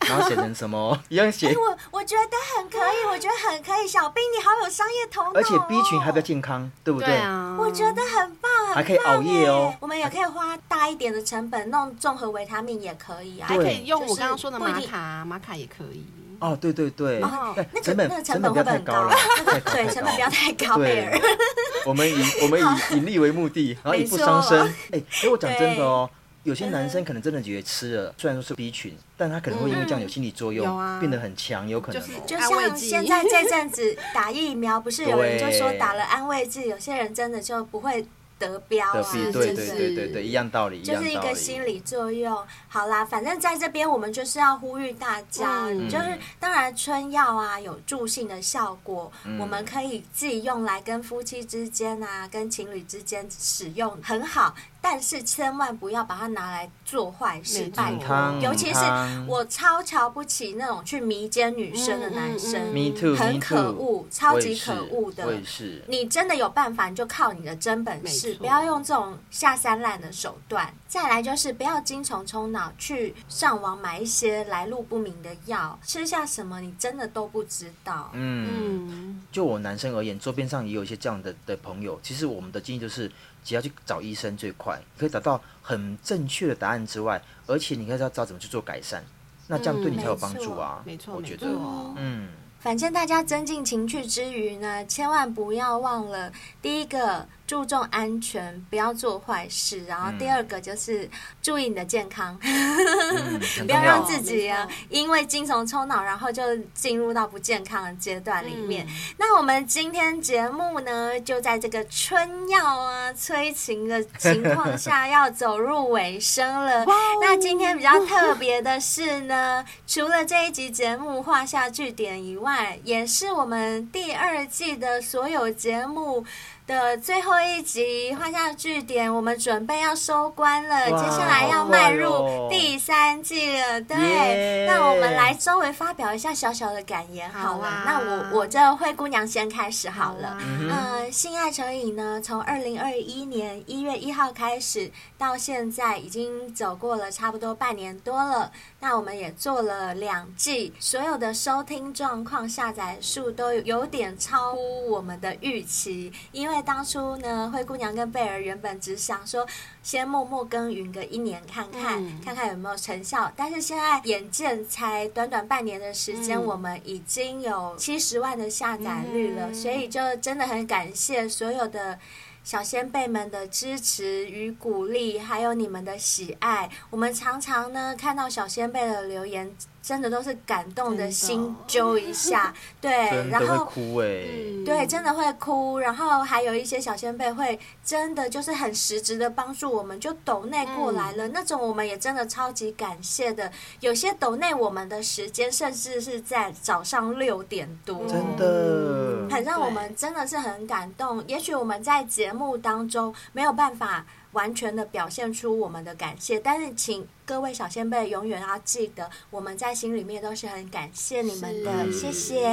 Speaker 4: 然后写成什么一样写
Speaker 3: [laughs] 哎、，我我觉得很可以，我觉得很可以。小兵，你好有商业头脑、哦。
Speaker 4: 而且 B 群还比较健康，对不对？
Speaker 2: 啊，
Speaker 3: 我觉得很棒，很棒
Speaker 4: 还可以熬夜哦
Speaker 3: 哎我们也可以花大一点的成本弄综合维他命也可以啊。
Speaker 2: 还可
Speaker 4: 对
Speaker 2: 以用
Speaker 3: 就
Speaker 2: 我
Speaker 3: 是
Speaker 2: 刚刚说的
Speaker 3: 不一
Speaker 2: 玛
Speaker 3: 定
Speaker 2: 卡，玛卡也可以。
Speaker 4: 哦，对对对，
Speaker 3: 哦
Speaker 4: 哎
Speaker 3: 那个
Speaker 4: 成
Speaker 3: 那个
Speaker 4: 本
Speaker 3: 成
Speaker 4: 本
Speaker 3: 本
Speaker 4: 不要太
Speaker 3: 会不会很啊对，
Speaker 4: 了，太高太
Speaker 3: 成本不要太高，贝
Speaker 4: 对
Speaker 3: 尔。，
Speaker 4: [laughs] 我们以我们以以利为目的，然后以不伤身
Speaker 3: [laughs] 没错。
Speaker 4: 哎、给我讲真的哦，有些男生可能真的觉得吃了，虽然说是 B 群，但他可能会因为这
Speaker 3: 嗯
Speaker 4: 样有心理作用，
Speaker 2: 有啊
Speaker 4: 变得很强，有可能、哦。
Speaker 2: 就是
Speaker 3: [laughs] 就
Speaker 2: 安慰
Speaker 3: 像
Speaker 2: 剂
Speaker 3: 现在这阵子打疫苗，不是有人就说
Speaker 4: 对
Speaker 3: 打了安慰剂，有些人真的就不会得标啊，
Speaker 4: 的
Speaker 3: 就是
Speaker 4: 对对
Speaker 2: 就是
Speaker 4: 对对对对，一样道理，一
Speaker 3: 就
Speaker 4: 样
Speaker 3: 是一
Speaker 4: 道
Speaker 3: 个
Speaker 4: 理。嗯
Speaker 3: 心理作用。好啦，反正在这边我们就是要呼吁大家，
Speaker 2: 嗯
Speaker 3: 就是当然春药啊有助性的效果，
Speaker 4: 嗯
Speaker 3: 我们可以自己用来跟夫妻之间啊、跟情侣之间使用，很好。但是千万不要把它拿来做坏事
Speaker 2: 没、错
Speaker 3: 拜
Speaker 4: 嗯
Speaker 3: 托。
Speaker 4: 汤，
Speaker 3: 尤其是
Speaker 4: 汤
Speaker 3: 我超瞧不起那种去迷奸女生的男生，
Speaker 2: 嗯嗯嗯
Speaker 4: Me too，
Speaker 3: 很
Speaker 4: me
Speaker 3: 可
Speaker 4: too
Speaker 3: 恶超
Speaker 4: 我
Speaker 3: 级
Speaker 4: 也是
Speaker 3: 可恶的
Speaker 4: 我也是。
Speaker 3: 你真的有办法，你就靠你的真本事
Speaker 2: 没，错
Speaker 3: 不要用这种下三滥的手段。再来就是不要精虫充脑，去上网买一些来路不明的药，吃下什么你真的都不知道。
Speaker 4: 嗯，
Speaker 2: 嗯，
Speaker 4: 就我男生而言，桌边上也有一些这样的的朋友。其实我们的建议就是，只要去找医生最快，可以找到很正确的答案之外，而且你可以知道知道怎么去做改善，那这样对你才有帮助啊。
Speaker 2: 没错，
Speaker 4: 我
Speaker 2: 没
Speaker 4: 觉
Speaker 2: 错
Speaker 4: 得，，嗯，
Speaker 3: 反正大家增进情趣之余呢，千万不要忘了第一个注重安全，不要做坏事，然后
Speaker 2: 嗯
Speaker 3: 第二个就是注意你的健康，
Speaker 4: 嗯
Speaker 3: 不
Speaker 4: 很重
Speaker 3: 要让
Speaker 4: 要。
Speaker 3: 自己啊因为精虫充脑，然后就进入到不健康的阶段里面。
Speaker 4: 嗯
Speaker 3: 那我们今天节目呢，就在这个春药啊催情的情况下，要走入尾声了。
Speaker 4: 哦
Speaker 3: 那今天比较特别的是呢，除了这一集节目画下句点以外，也是我们第二季的所有节目。的最后一集画下句点，我们准备要收官了，
Speaker 4: 哇
Speaker 3: 接下来要
Speaker 4: 好
Speaker 3: 迈
Speaker 4: 快
Speaker 3: 入
Speaker 4: 哦
Speaker 3: 第三季了。对
Speaker 4: 耶
Speaker 3: 那我们来稍微发表一下小小的感言好
Speaker 2: 好
Speaker 3: 了。
Speaker 2: 啊
Speaker 3: 那我我这灰姑娘先开始好了。
Speaker 2: 嗯
Speaker 3: 呃，性爱成瘾呢，从二零二一年一月一号开始，到现在已经走过了差不多半年多了。那我们也做了两季，所有的收听状况、下载数都有点超乎我们的预期。因为当初呢，灰姑娘跟贝尔原本只想说，先默默耕耘个一年看看，
Speaker 2: 嗯
Speaker 3: 看看有没有成效。但是现在眼见才短短半年的时间，
Speaker 2: 嗯
Speaker 3: 我们已经有七十万的下载率了，所以就真的很感谢所有的。小先辈们的支持与鼓励，还有你们的喜爱，我们常常呢看到小先辈的留言，真的都是感动
Speaker 2: 真
Speaker 3: 的
Speaker 2: 的
Speaker 3: 心揪一下，对，
Speaker 4: 真
Speaker 3: 然
Speaker 4: 的会
Speaker 3: 后
Speaker 4: 哭哎、
Speaker 2: 嗯
Speaker 3: 对，真的会哭。然后还有一些小先辈会真的就是很实质的帮助我们，就抖内过来了、那种，我们也真的超级感谢的。有些抖内我们的时间，甚至是在早上六点多，
Speaker 4: 真的
Speaker 2: 嗯
Speaker 3: 很让我们真的是很感动。也许我们在节目当中没有办法
Speaker 5: 完全的表现出我们的感谢。但是，请各位小先辈永远要记得，我们在心里面都是很感谢你们
Speaker 4: 嗯
Speaker 5: 的，谢
Speaker 2: 是
Speaker 5: 谢，
Speaker 2: 谢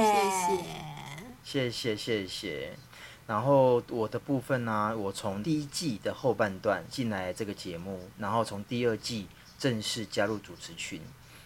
Speaker 2: 谢。
Speaker 4: 谢谢谢谢。然后我的部分呢、我从第一季的后半段进来这个节目，然后从第二季正式加入主持群。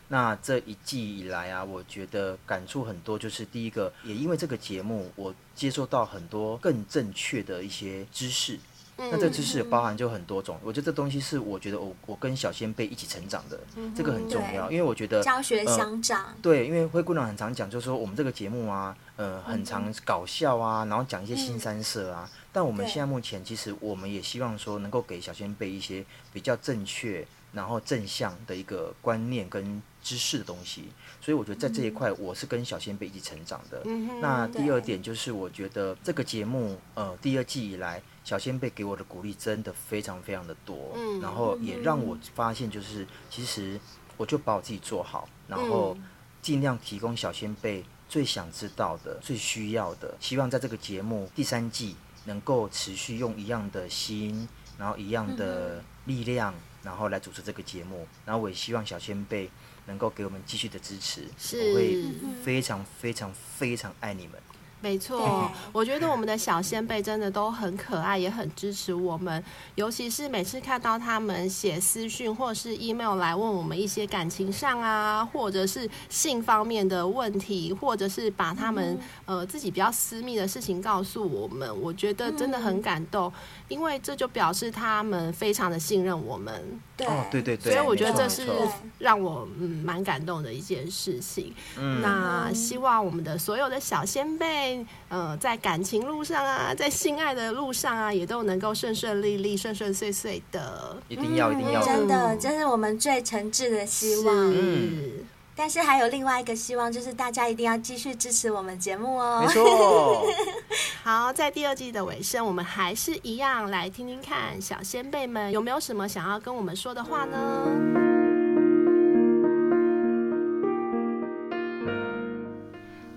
Speaker 4: 那这一季以来啊，我觉得感触很多，就是第一个，也因为这个节目，我接受到很多更正确的一些知识。那这个知识包含就很多种，我觉得这东西是我觉得我我跟小先辈一起成长的，这个很重要，因为我觉得
Speaker 5: 教学
Speaker 4: 呃
Speaker 5: 相长，
Speaker 4: 对，因为灰姑娘很常讲，就是说我们这个节目啊，呃，
Speaker 2: 嗯
Speaker 4: 很常搞笑啊，然后讲一些新三色啊。但我们
Speaker 5: 对
Speaker 4: 现在目前，其实我们也希望说，能够给小先辈一些比较正确，然后正向的一个观念跟知识的东西。所以我觉得在这一块，
Speaker 2: 嗯
Speaker 4: 我是跟小先辈一起成长的。那第二
Speaker 5: 对
Speaker 4: 点就是，我觉得这个节目，呃，第二季以来，小先辈给我的鼓励真的非常非常的多，
Speaker 2: 嗯
Speaker 4: 然后也让我发现，就是其实我就把我自己做好，然后尽量提供小先辈最想知道的、最需要的，希望在这个节目第三季能够持续用一样的心，然后一样的力量，然后来主持这个节目，然后我也希望小先辈能够给我们继续的支持，
Speaker 2: 是
Speaker 4: 我会非常非常非常爱你们。
Speaker 2: 没错
Speaker 5: 对，
Speaker 2: 我觉得我们的小先辈真的都很可爱，也很支持我们。尤其是每次看到他们写私讯或是 email 来问我们一些感情上啊，或者是性方面的问题，或者是把他们、呃自己比较私密的事情告诉我们，我觉得真的很感动，因为这就表示他们非常的信任我们。
Speaker 5: 对
Speaker 4: 哦，对对对，
Speaker 2: 所以我
Speaker 4: 没
Speaker 2: 觉得
Speaker 4: 错
Speaker 2: 这
Speaker 4: 没
Speaker 2: 是
Speaker 4: 错
Speaker 2: 让我嗯蛮感动的一件事情。
Speaker 4: 嗯
Speaker 2: 那希望我们的所有的小先辈，呃，在感情路上啊，在性爱的路上啊，也都能够顺顺利利、顺顺遂遂的。
Speaker 4: 一定要一
Speaker 2: 嗯
Speaker 4: 定要
Speaker 5: 嗯
Speaker 4: 的，
Speaker 5: 真的，这是我们最诚挚的希望。
Speaker 4: 嗯
Speaker 2: 是，
Speaker 5: 但是还有另外一个希望，就是大家一定要继续支持我们节目哦
Speaker 4: 没。错。
Speaker 2: 好，在第二季的尾声，我们还是一样来听听看小先辈们有没有什么想要跟我们说的话呢？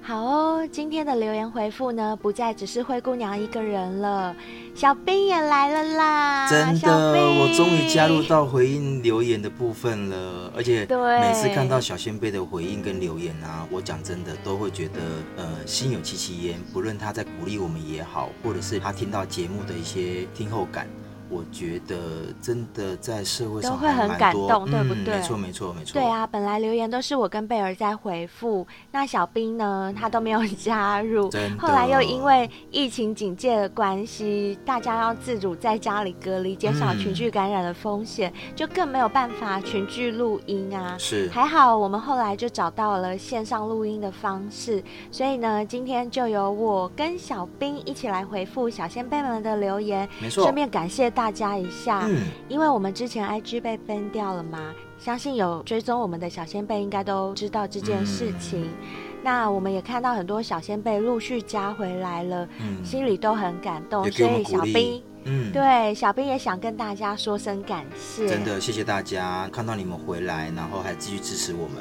Speaker 5: 好哦，今天的留言回复呢，不再只是灰姑娘一个人了，小兵也来了
Speaker 3: 啊
Speaker 5: 啦。
Speaker 6: 真
Speaker 5: 小
Speaker 6: 的，
Speaker 5: 兵
Speaker 6: 我终于加入到回应留言的部分了，而且
Speaker 5: 对
Speaker 6: 每次看到小先辈的回应跟留言啊，我讲真的都会觉得呃心有戚戚焉。不论他在鼓励我们也好，或者是他听到节目的一些听后感，我觉得真的在社会上
Speaker 3: 都会很
Speaker 6: 还蛮多
Speaker 3: 感动对不
Speaker 6: 嗯
Speaker 3: 对
Speaker 6: 没错，没错，没错。
Speaker 3: 对啊，本来留言都是我跟贝尔在回复，那小兵呢，他都没有加入
Speaker 6: 真。的
Speaker 3: 后来又因为疫情警戒的关系，大家要自主在家里隔离，减
Speaker 6: 嗯
Speaker 3: 少群聚感染的风险，就更没有办法群聚录音啊。
Speaker 6: 是
Speaker 3: 还好我们后来就找到了线上录音的方式，所以呢，今天就由我跟小兵一起来回复小先辈们的留言，
Speaker 6: 没错
Speaker 3: 顺便感谢大家一下。
Speaker 6: 嗯，
Speaker 3: 因为我们之前 IG 被分掉了嘛，相信有追踪我们的小先辈应该都知道这件事情。
Speaker 6: 嗯
Speaker 3: 那我们也看到很多小先辈陆续加回来了，
Speaker 6: 嗯
Speaker 3: 心里都很感动。
Speaker 6: 也给
Speaker 3: 所
Speaker 6: 我们
Speaker 3: 以
Speaker 6: 鼓
Speaker 3: 小兵
Speaker 6: 励，，嗯，。
Speaker 3: 对小兵也想跟大家说声感谢。
Speaker 6: 真的谢谢大家，看到你们回来，然后还继续支持我们，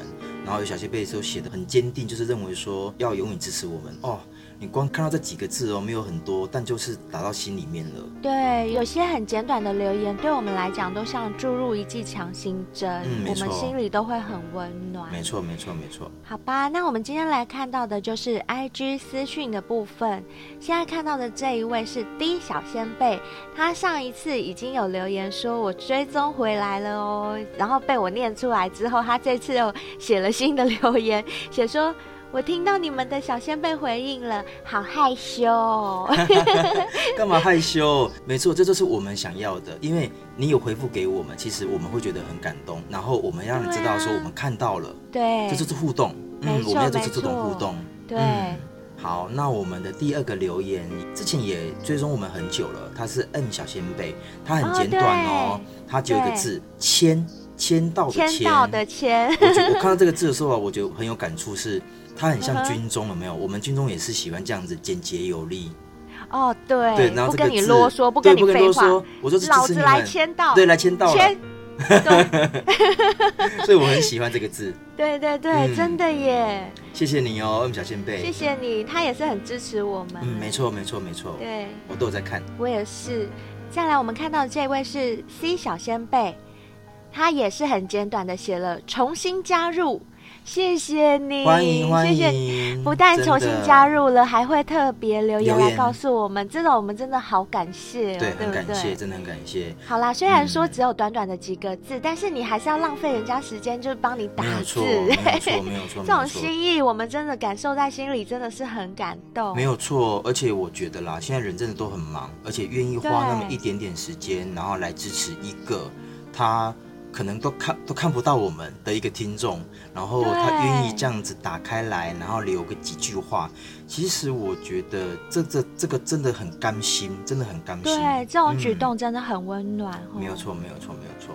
Speaker 6: 然后有小先辈都写的很坚定，就是认为说要永远支持我们哦。你光看到这几个字哦，没有很多，但就是打到心里面了。
Speaker 3: 对，有些很简短的留言，对我们来讲都像注入一剂强心针，
Speaker 6: 嗯没
Speaker 3: 我们
Speaker 6: 错
Speaker 3: 心里都会很温暖。
Speaker 6: 没错，没错，没错。
Speaker 3: 好吧，那我们今天来看到的就是 I G 私讯的部分。现在看到的这一位是 D 小先辈，他上一次已经有留言说我追踪回来了哦，然后被我念出来之后，他这次又写了新的留言，写说。我听到你们的小先辈回应了，好害羞、哦。 [laughs]
Speaker 6: 干嘛害羞？ [laughs] 没错，这就是我们想要的，因为你有回复给我们，其实我们会觉得很感动，然后我们让你知道说
Speaker 3: 对啊
Speaker 6: 我们看到了，
Speaker 3: 对
Speaker 6: 这，就是互动。
Speaker 3: 没
Speaker 6: 嗯，
Speaker 3: 错
Speaker 6: 我们要做出这种
Speaker 3: 没错
Speaker 6: 互动。
Speaker 3: 对，
Speaker 6: 嗯好，那我们的第二个留言之前也追踪我们很久了，他是 M 小先辈，他很简短哦，
Speaker 3: 哦
Speaker 6: 他只有一个
Speaker 3: 对
Speaker 6: 字“签”，签到的
Speaker 3: 签
Speaker 6: 签。
Speaker 3: 到的签， [laughs]
Speaker 6: 我觉得我看到这个字的时候啊，我觉得很有感触是，他很
Speaker 3: 嗯
Speaker 6: 像军中，有没有？我们军中也是喜欢这样子简洁有力，
Speaker 3: 哦，对，
Speaker 6: 对，然后
Speaker 3: 不
Speaker 6: 这个
Speaker 3: 跟你
Speaker 6: 字，
Speaker 3: 啰嗦，
Speaker 6: 不
Speaker 3: 跟
Speaker 6: 不跟
Speaker 3: 废
Speaker 6: 啰
Speaker 3: 话，
Speaker 6: 嗦，我就是支
Speaker 3: 老
Speaker 6: 持
Speaker 3: 子
Speaker 6: 你
Speaker 3: 来
Speaker 6: 们，
Speaker 3: 签到，
Speaker 6: 对，来签到了，
Speaker 3: 签，对
Speaker 6: [laughs] 所以我很喜欢这个字，
Speaker 3: 对对对，
Speaker 6: 嗯
Speaker 3: 真的耶，
Speaker 6: 谢谢你哦，M 小先辈，
Speaker 3: 谢谢你，他也是很支持我们。
Speaker 6: 嗯嗯，没，错，没错，没错，
Speaker 3: 对
Speaker 6: 我都有在看，
Speaker 3: 我也是。再来，我们看到这位是 C 小先辈，他也是很简短的写了重新加入，谢谢你，
Speaker 4: 欢迎欢
Speaker 3: 谢谢。
Speaker 4: 迎，
Speaker 3: 不但重新加入了，还会特别留言
Speaker 4: 留
Speaker 3: 来
Speaker 4: 言
Speaker 3: 告诉我们，这种我们真的好感谢、哦，
Speaker 4: 真的，对，很
Speaker 3: 不
Speaker 4: 感谢，
Speaker 3: 对？
Speaker 4: 真的很感谢，
Speaker 3: 好啦，虽然说
Speaker 4: 嗯
Speaker 3: 只有短短的几个字，但是你还是要浪费人家时间，就是帮你打
Speaker 4: 没有
Speaker 3: 字
Speaker 4: 错，，
Speaker 3: [laughs]
Speaker 4: 没有 [laughs] 错，没有错，
Speaker 3: 这
Speaker 4: 没
Speaker 3: 种
Speaker 4: 有错。
Speaker 3: 心意我们真的感受在心里，真的是很感动。
Speaker 4: 没有错，而且我觉得啦，现在人真的都很忙，而且愿意花
Speaker 3: 对
Speaker 4: 那么一点点时间，然后来支持一个他可能都看都看不到我们的一个听众，然后
Speaker 3: 对
Speaker 4: 他愿意这样子打开来，然后留个几句话，其实我觉得这这这个真的很甘心，真的很甘心。
Speaker 3: 对，这种举
Speaker 4: 嗯
Speaker 3: 动真的很温暖、哦。
Speaker 4: 没有。错，没有错，没有错。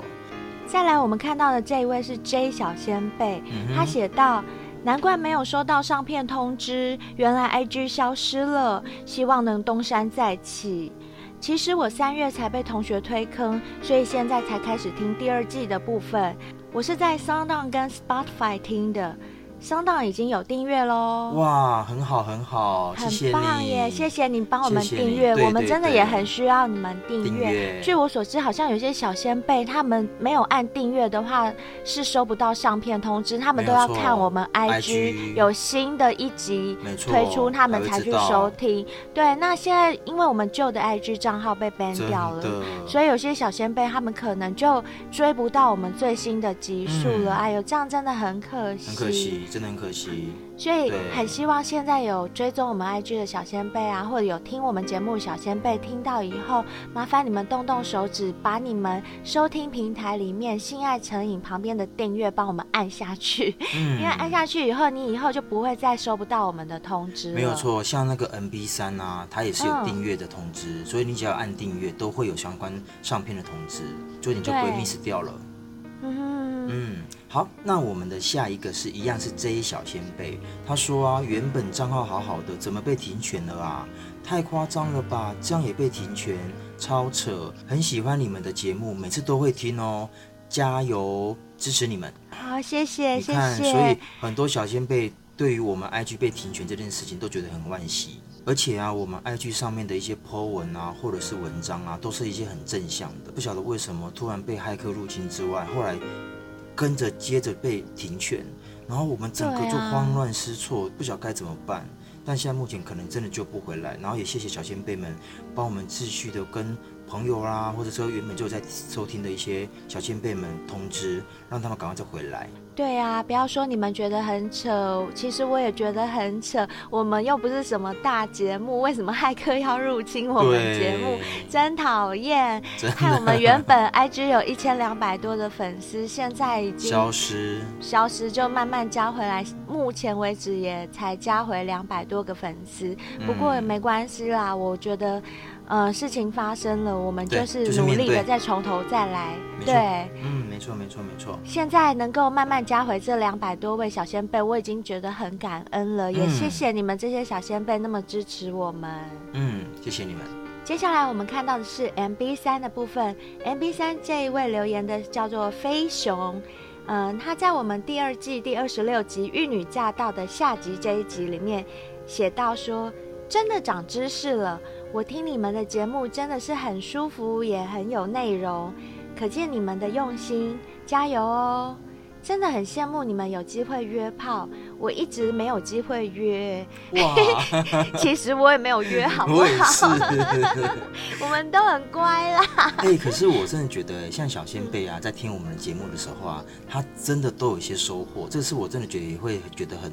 Speaker 3: 再来，我们看到的这一位是 J 小先辈，
Speaker 4: 嗯哼
Speaker 3: 他写道。难怪没有收到上片通知，原来 IG 消失了。希望能东山再起。其实我三月才被同学推坑，所以现在才开始听第二季的部分。我是在 Sound On 跟 Spotify 听的，Sound On 已经有订阅喽。
Speaker 4: 哇，很好，很好，谢谢
Speaker 3: 很
Speaker 4: 你，
Speaker 3: 棒耶！谢谢你帮我们
Speaker 4: 谢谢
Speaker 3: 订
Speaker 4: 你
Speaker 3: 阅，
Speaker 4: 对
Speaker 3: 我们
Speaker 4: 对
Speaker 3: 真的
Speaker 4: 对
Speaker 3: 也很需要你们订
Speaker 4: 订
Speaker 3: 阅。
Speaker 4: 阅
Speaker 3: 据我所知，好像有些小先辈他们没有按订阅的话是收不到上片通知，他们都
Speaker 4: 没有
Speaker 3: 要
Speaker 4: 错
Speaker 3: 看我们 IG
Speaker 4: IG
Speaker 3: 有新的一集
Speaker 4: 没错
Speaker 3: 推出，他们
Speaker 4: 才
Speaker 3: 才
Speaker 4: 会
Speaker 3: 去
Speaker 4: 知道
Speaker 3: 收听。对，那现在因为我们旧的 IG 账号被 ban
Speaker 4: 真
Speaker 3: 掉了，
Speaker 4: 的，
Speaker 3: 所以有些小先辈他们可能就追不到我们最新的集数了。
Speaker 4: 嗯
Speaker 3: 哎呦，这样真的很可惜，
Speaker 4: 很可惜，真的很
Speaker 3: [laughs]
Speaker 4: 可惜。
Speaker 3: 所以
Speaker 4: 对
Speaker 3: 很希望现在有追踪我们 IG 的小先辈啊，或者有听我们节目的小先辈听到以后，麻烦你们动动手指，把你们收听平台里面“性爱成瘾”旁边的订阅帮我们按下
Speaker 4: [laughs]
Speaker 3: 去，
Speaker 4: 嗯，
Speaker 3: 因为按下去以后，你以后就不会再收不到我们的通知了。
Speaker 4: 没有，错，像那个 NB 三啊，它也是有
Speaker 3: 嗯
Speaker 4: 订阅的通知，所以你只要按订阅，都会有相关上片的通知，所以你就不会
Speaker 3: 对
Speaker 4: miss 掉了。
Speaker 3: 嗯哼，
Speaker 4: 嗯，好，那我们的下一个是一样是 J 小先辈，他说啊，原本账号好好的，怎么被停权了啊？太夸张了吧，这样也被停权，超扯！很喜欢你们的节目，每次都会听哦，加油，支持你们！
Speaker 3: 好，谢谢，
Speaker 4: 你
Speaker 3: 谢
Speaker 4: 看，嗯所以
Speaker 3: 谢。
Speaker 4: 很多小先辈对于我们 IG 被停权这件事情都觉得很惋惜。而且啊，我们 IG 上面的一些 po 文啊，或者是文章啊，都是一些很正向的。不晓得为什么突然被骇客入侵之外，后来跟着接着被停权，然后我们整个
Speaker 3: 对啊
Speaker 4: 就慌乱失措，不晓得该怎么办。但现在目前可能真的救不回来，然后也谢谢小先辈们帮我们继续的跟朋友啦，或者说原本就在收听的一些小先辈们通知，让他们赶快再回来。
Speaker 3: 对啊，不要说你们觉得很扯，其实我也觉得很扯。我们又不是什么大节目，为什么骇客要入侵我们
Speaker 4: 对
Speaker 3: 节目？真讨厌！
Speaker 4: 真的
Speaker 3: 看我们原本 IG 有一千两百多的粉丝，现在已经
Speaker 4: 消失，
Speaker 3: 消失，就慢慢加回来。目前为止也才加回两百多个粉丝，不过也
Speaker 4: 嗯
Speaker 3: 没关系啦。我觉得，呃，事情发生了，我们
Speaker 4: 对
Speaker 3: 就是
Speaker 4: 就是
Speaker 3: 努
Speaker 4: 面
Speaker 3: 力的
Speaker 4: 对
Speaker 3: 再从头再来。
Speaker 4: 没错
Speaker 3: 对，
Speaker 4: 嗯，没错，没错，没错，
Speaker 3: 现在能够慢慢加回这两百多位小先辈，我已经觉得很感恩了，也
Speaker 4: 嗯
Speaker 3: 谢谢你们这些小先辈那么支持我们。
Speaker 4: 嗯，谢谢你们，
Speaker 3: 接下来我们看到的是 MB 三的部分，MB 三这一位留言的叫做飞熊。嗯，他在我们第二季第二十六集《玉女驾到》的下集这一集里面写到说，真的长知识了。我听你们的节目真的是很舒服，也很有内容，可见你们的用心，加油哦！真的很羡慕你们有机会约炮，我一直没有机会约，
Speaker 4: 哇，
Speaker 3: [laughs] 其实我也没有约，好不
Speaker 4: 我也是
Speaker 3: 好？， [laughs] 我们都很乖啦。
Speaker 4: [laughs] 哎、可是我真的觉得，像小先辈啊，在听我们的节目的时候啊，他真的都有一些收获，这是我真的觉得也会觉得很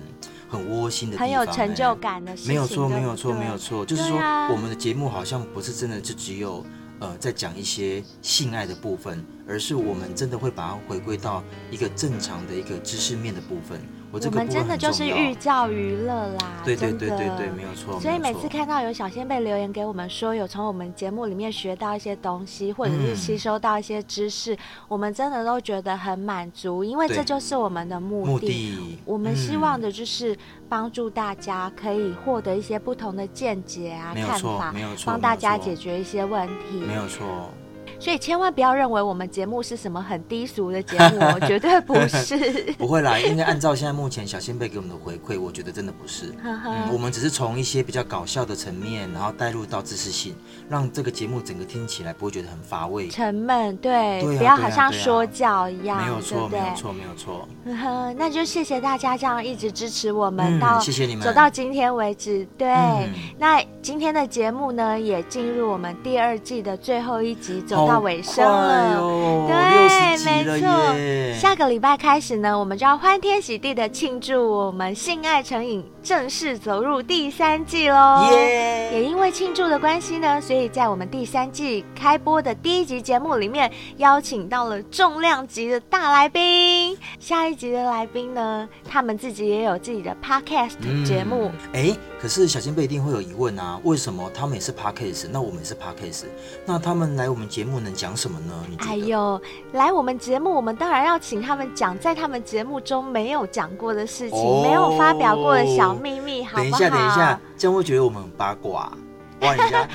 Speaker 4: 很窝 [laughs] 心的地方、
Speaker 3: 很
Speaker 4: 哎
Speaker 3: 有成就。感的事情，
Speaker 4: 没有错，
Speaker 3: 对不
Speaker 4: 没有错，
Speaker 3: 对
Speaker 4: 没有。错，就是
Speaker 3: 对
Speaker 4: 说
Speaker 3: 啊
Speaker 4: 我们的节目好像不是真的就只有呃在讲一些性爱的部分，而是我们真的会把它回归到一个正常的一个知识面的部分。我这
Speaker 3: 我
Speaker 4: 个
Speaker 3: 们
Speaker 4: 部分
Speaker 3: 真的
Speaker 4: 很
Speaker 3: 就是
Speaker 4: 重要。
Speaker 3: 寓教于乐啦，
Speaker 4: 对对
Speaker 3: 啊真
Speaker 4: 对对
Speaker 3: 的
Speaker 4: 对，没有错。
Speaker 3: 所以
Speaker 4: 没
Speaker 3: 每
Speaker 4: 有错
Speaker 3: 次看到有小先辈留言给我们说，有从我们节目里面学到一些东西，或者是
Speaker 4: 嗯
Speaker 3: 吸收到一些知识，我们真的都觉得很满足，因为
Speaker 4: 对
Speaker 3: 这就是我们的目的。
Speaker 4: 目的，
Speaker 3: 我们希望
Speaker 4: 嗯
Speaker 3: 的就是帮助大家可以获得一些不同的见解啊、
Speaker 4: 没有
Speaker 3: 看
Speaker 4: 错
Speaker 3: 法
Speaker 4: 没有，错
Speaker 3: 帮
Speaker 4: 没
Speaker 3: 大
Speaker 4: 有
Speaker 3: 家
Speaker 4: 错
Speaker 3: 解决一些问题。
Speaker 4: 没有错，
Speaker 3: 所以千万不要认为我们节目是什么很低俗的节目
Speaker 4: [laughs]
Speaker 3: 哦，绝对不是。 [laughs]
Speaker 4: 不会啦，应该按照现在目前小仙贝给我们的回馈，我觉得真的
Speaker 3: [laughs]
Speaker 4: 不是。
Speaker 3: 呵呵
Speaker 4: 嗯，我们只是从一些比较搞笑的层面，然后带入到知识性，让这个节目整个听起来不会觉得很乏味。
Speaker 3: 沉闷，对，
Speaker 4: 对啊
Speaker 3: 不要
Speaker 4: 对
Speaker 3: 好
Speaker 4: 啊
Speaker 3: 像
Speaker 4: 对啊
Speaker 3: 说教一样，
Speaker 4: 没有
Speaker 3: 对
Speaker 4: 错，
Speaker 3: 不
Speaker 4: 没
Speaker 3: 对
Speaker 4: 有错，没有错。
Speaker 3: 呵呵，那就谢谢大家这样一直支持我们，
Speaker 4: 嗯
Speaker 3: 到
Speaker 4: 谢谢你们
Speaker 3: 走到今天为止。对，
Speaker 4: 嗯
Speaker 3: 那今天的节目呢，也进入我们第二季的最后一集，走到尾声
Speaker 4: 好快
Speaker 3: 了。
Speaker 4: 哦
Speaker 3: 对，
Speaker 4: 60集
Speaker 3: 没
Speaker 4: 了
Speaker 3: 错。
Speaker 4: 耶
Speaker 3: 下个礼拜开始呢，我们就要欢天喜地的庆祝我们性爱成瘾正式走入第三季喽。
Speaker 4: 耶
Speaker 3: 也因为庆祝的关系呢，所以在我们第三季开播的第一集节目里面，邀请到了重量级的大来宾。下一集的来宾呢，他们自己也有自己的 podcast 节目。
Speaker 4: 哎、可是小仙贝一定会有疑问啊，为什么他们也是 podcast，那我们也是 podcast，那他们来我们节目能讲什么呢？你觉得？
Speaker 3: 哎呦，来我们节目，我们当然要请他们讲在他们节目中没有讲过的事情，
Speaker 4: 哦
Speaker 3: 没有发表过的小秘密，好不好？
Speaker 4: 等一下，等一
Speaker 3: [laughs]
Speaker 4: 下，，这样会觉得我们很八卦，挖人家。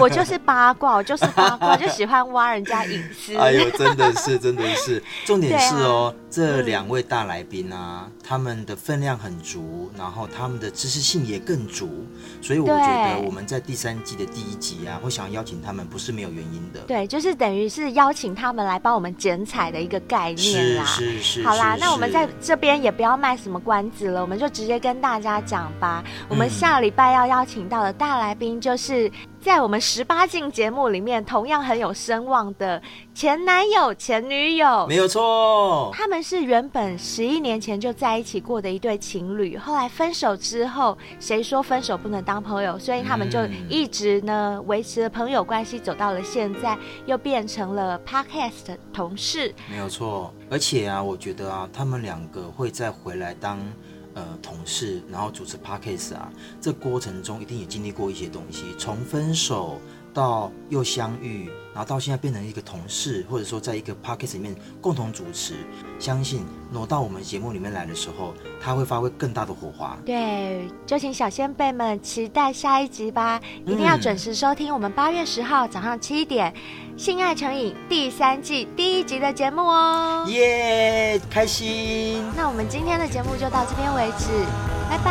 Speaker 3: 我就是八卦，我就是八卦，就喜欢挖人家隐私。
Speaker 4: 哎呦，真的是，真的是。重点是哦，这
Speaker 3: 嗯
Speaker 4: 两位大来宾啊，他们的分量很足，然后他们的知识性也更足，所以我
Speaker 3: 对
Speaker 4: 觉得我们在第三季的第一集啊，会想要邀请他们，不是没有原因的。
Speaker 3: 对，就是等于是邀请他们来帮我们剪彩的一个概念
Speaker 4: 是
Speaker 3: 啦。
Speaker 4: 是是。
Speaker 3: 好啦，
Speaker 4: 是
Speaker 3: 那我们在
Speaker 4: 是
Speaker 3: 这边也不要卖什么关子了，我们就直接跟大家讲吧。
Speaker 4: 嗯
Speaker 3: 我们下礼拜要邀请到的大来宾，就是在我们十八禁节目里面同样很有声望的前男友、前女友
Speaker 4: 没。有错。
Speaker 3: 他们是原本十一年前就在一起过的一对情侣，后来分手之后，谁说分手不能当朋友？所以他们就
Speaker 4: 嗯
Speaker 3: 一直呢维持了朋友关系，走到了现在，又变成了 podcast 的同事。
Speaker 4: 没有错，而且啊，我觉得啊，他们两个会再回来当呃同事，然后主持 podcast 啊，这过程中一定也经历过一些东西，从分手到又相遇，然后到现在变成一个同事，或者说在一个 podcast 里面共同主持，相信挪到我们节目里面来的时候，他会发挥更大的火花。
Speaker 3: 对，就请小先辈们期待下一集吧，一定要
Speaker 4: 嗯
Speaker 3: 准时收听我们八月十号早上七点《性爱成瘾》第三季第一集的节目哦。
Speaker 4: 耶、开心，
Speaker 3: 那我们今天的节目就到这边为止，拜拜。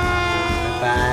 Speaker 4: 拜。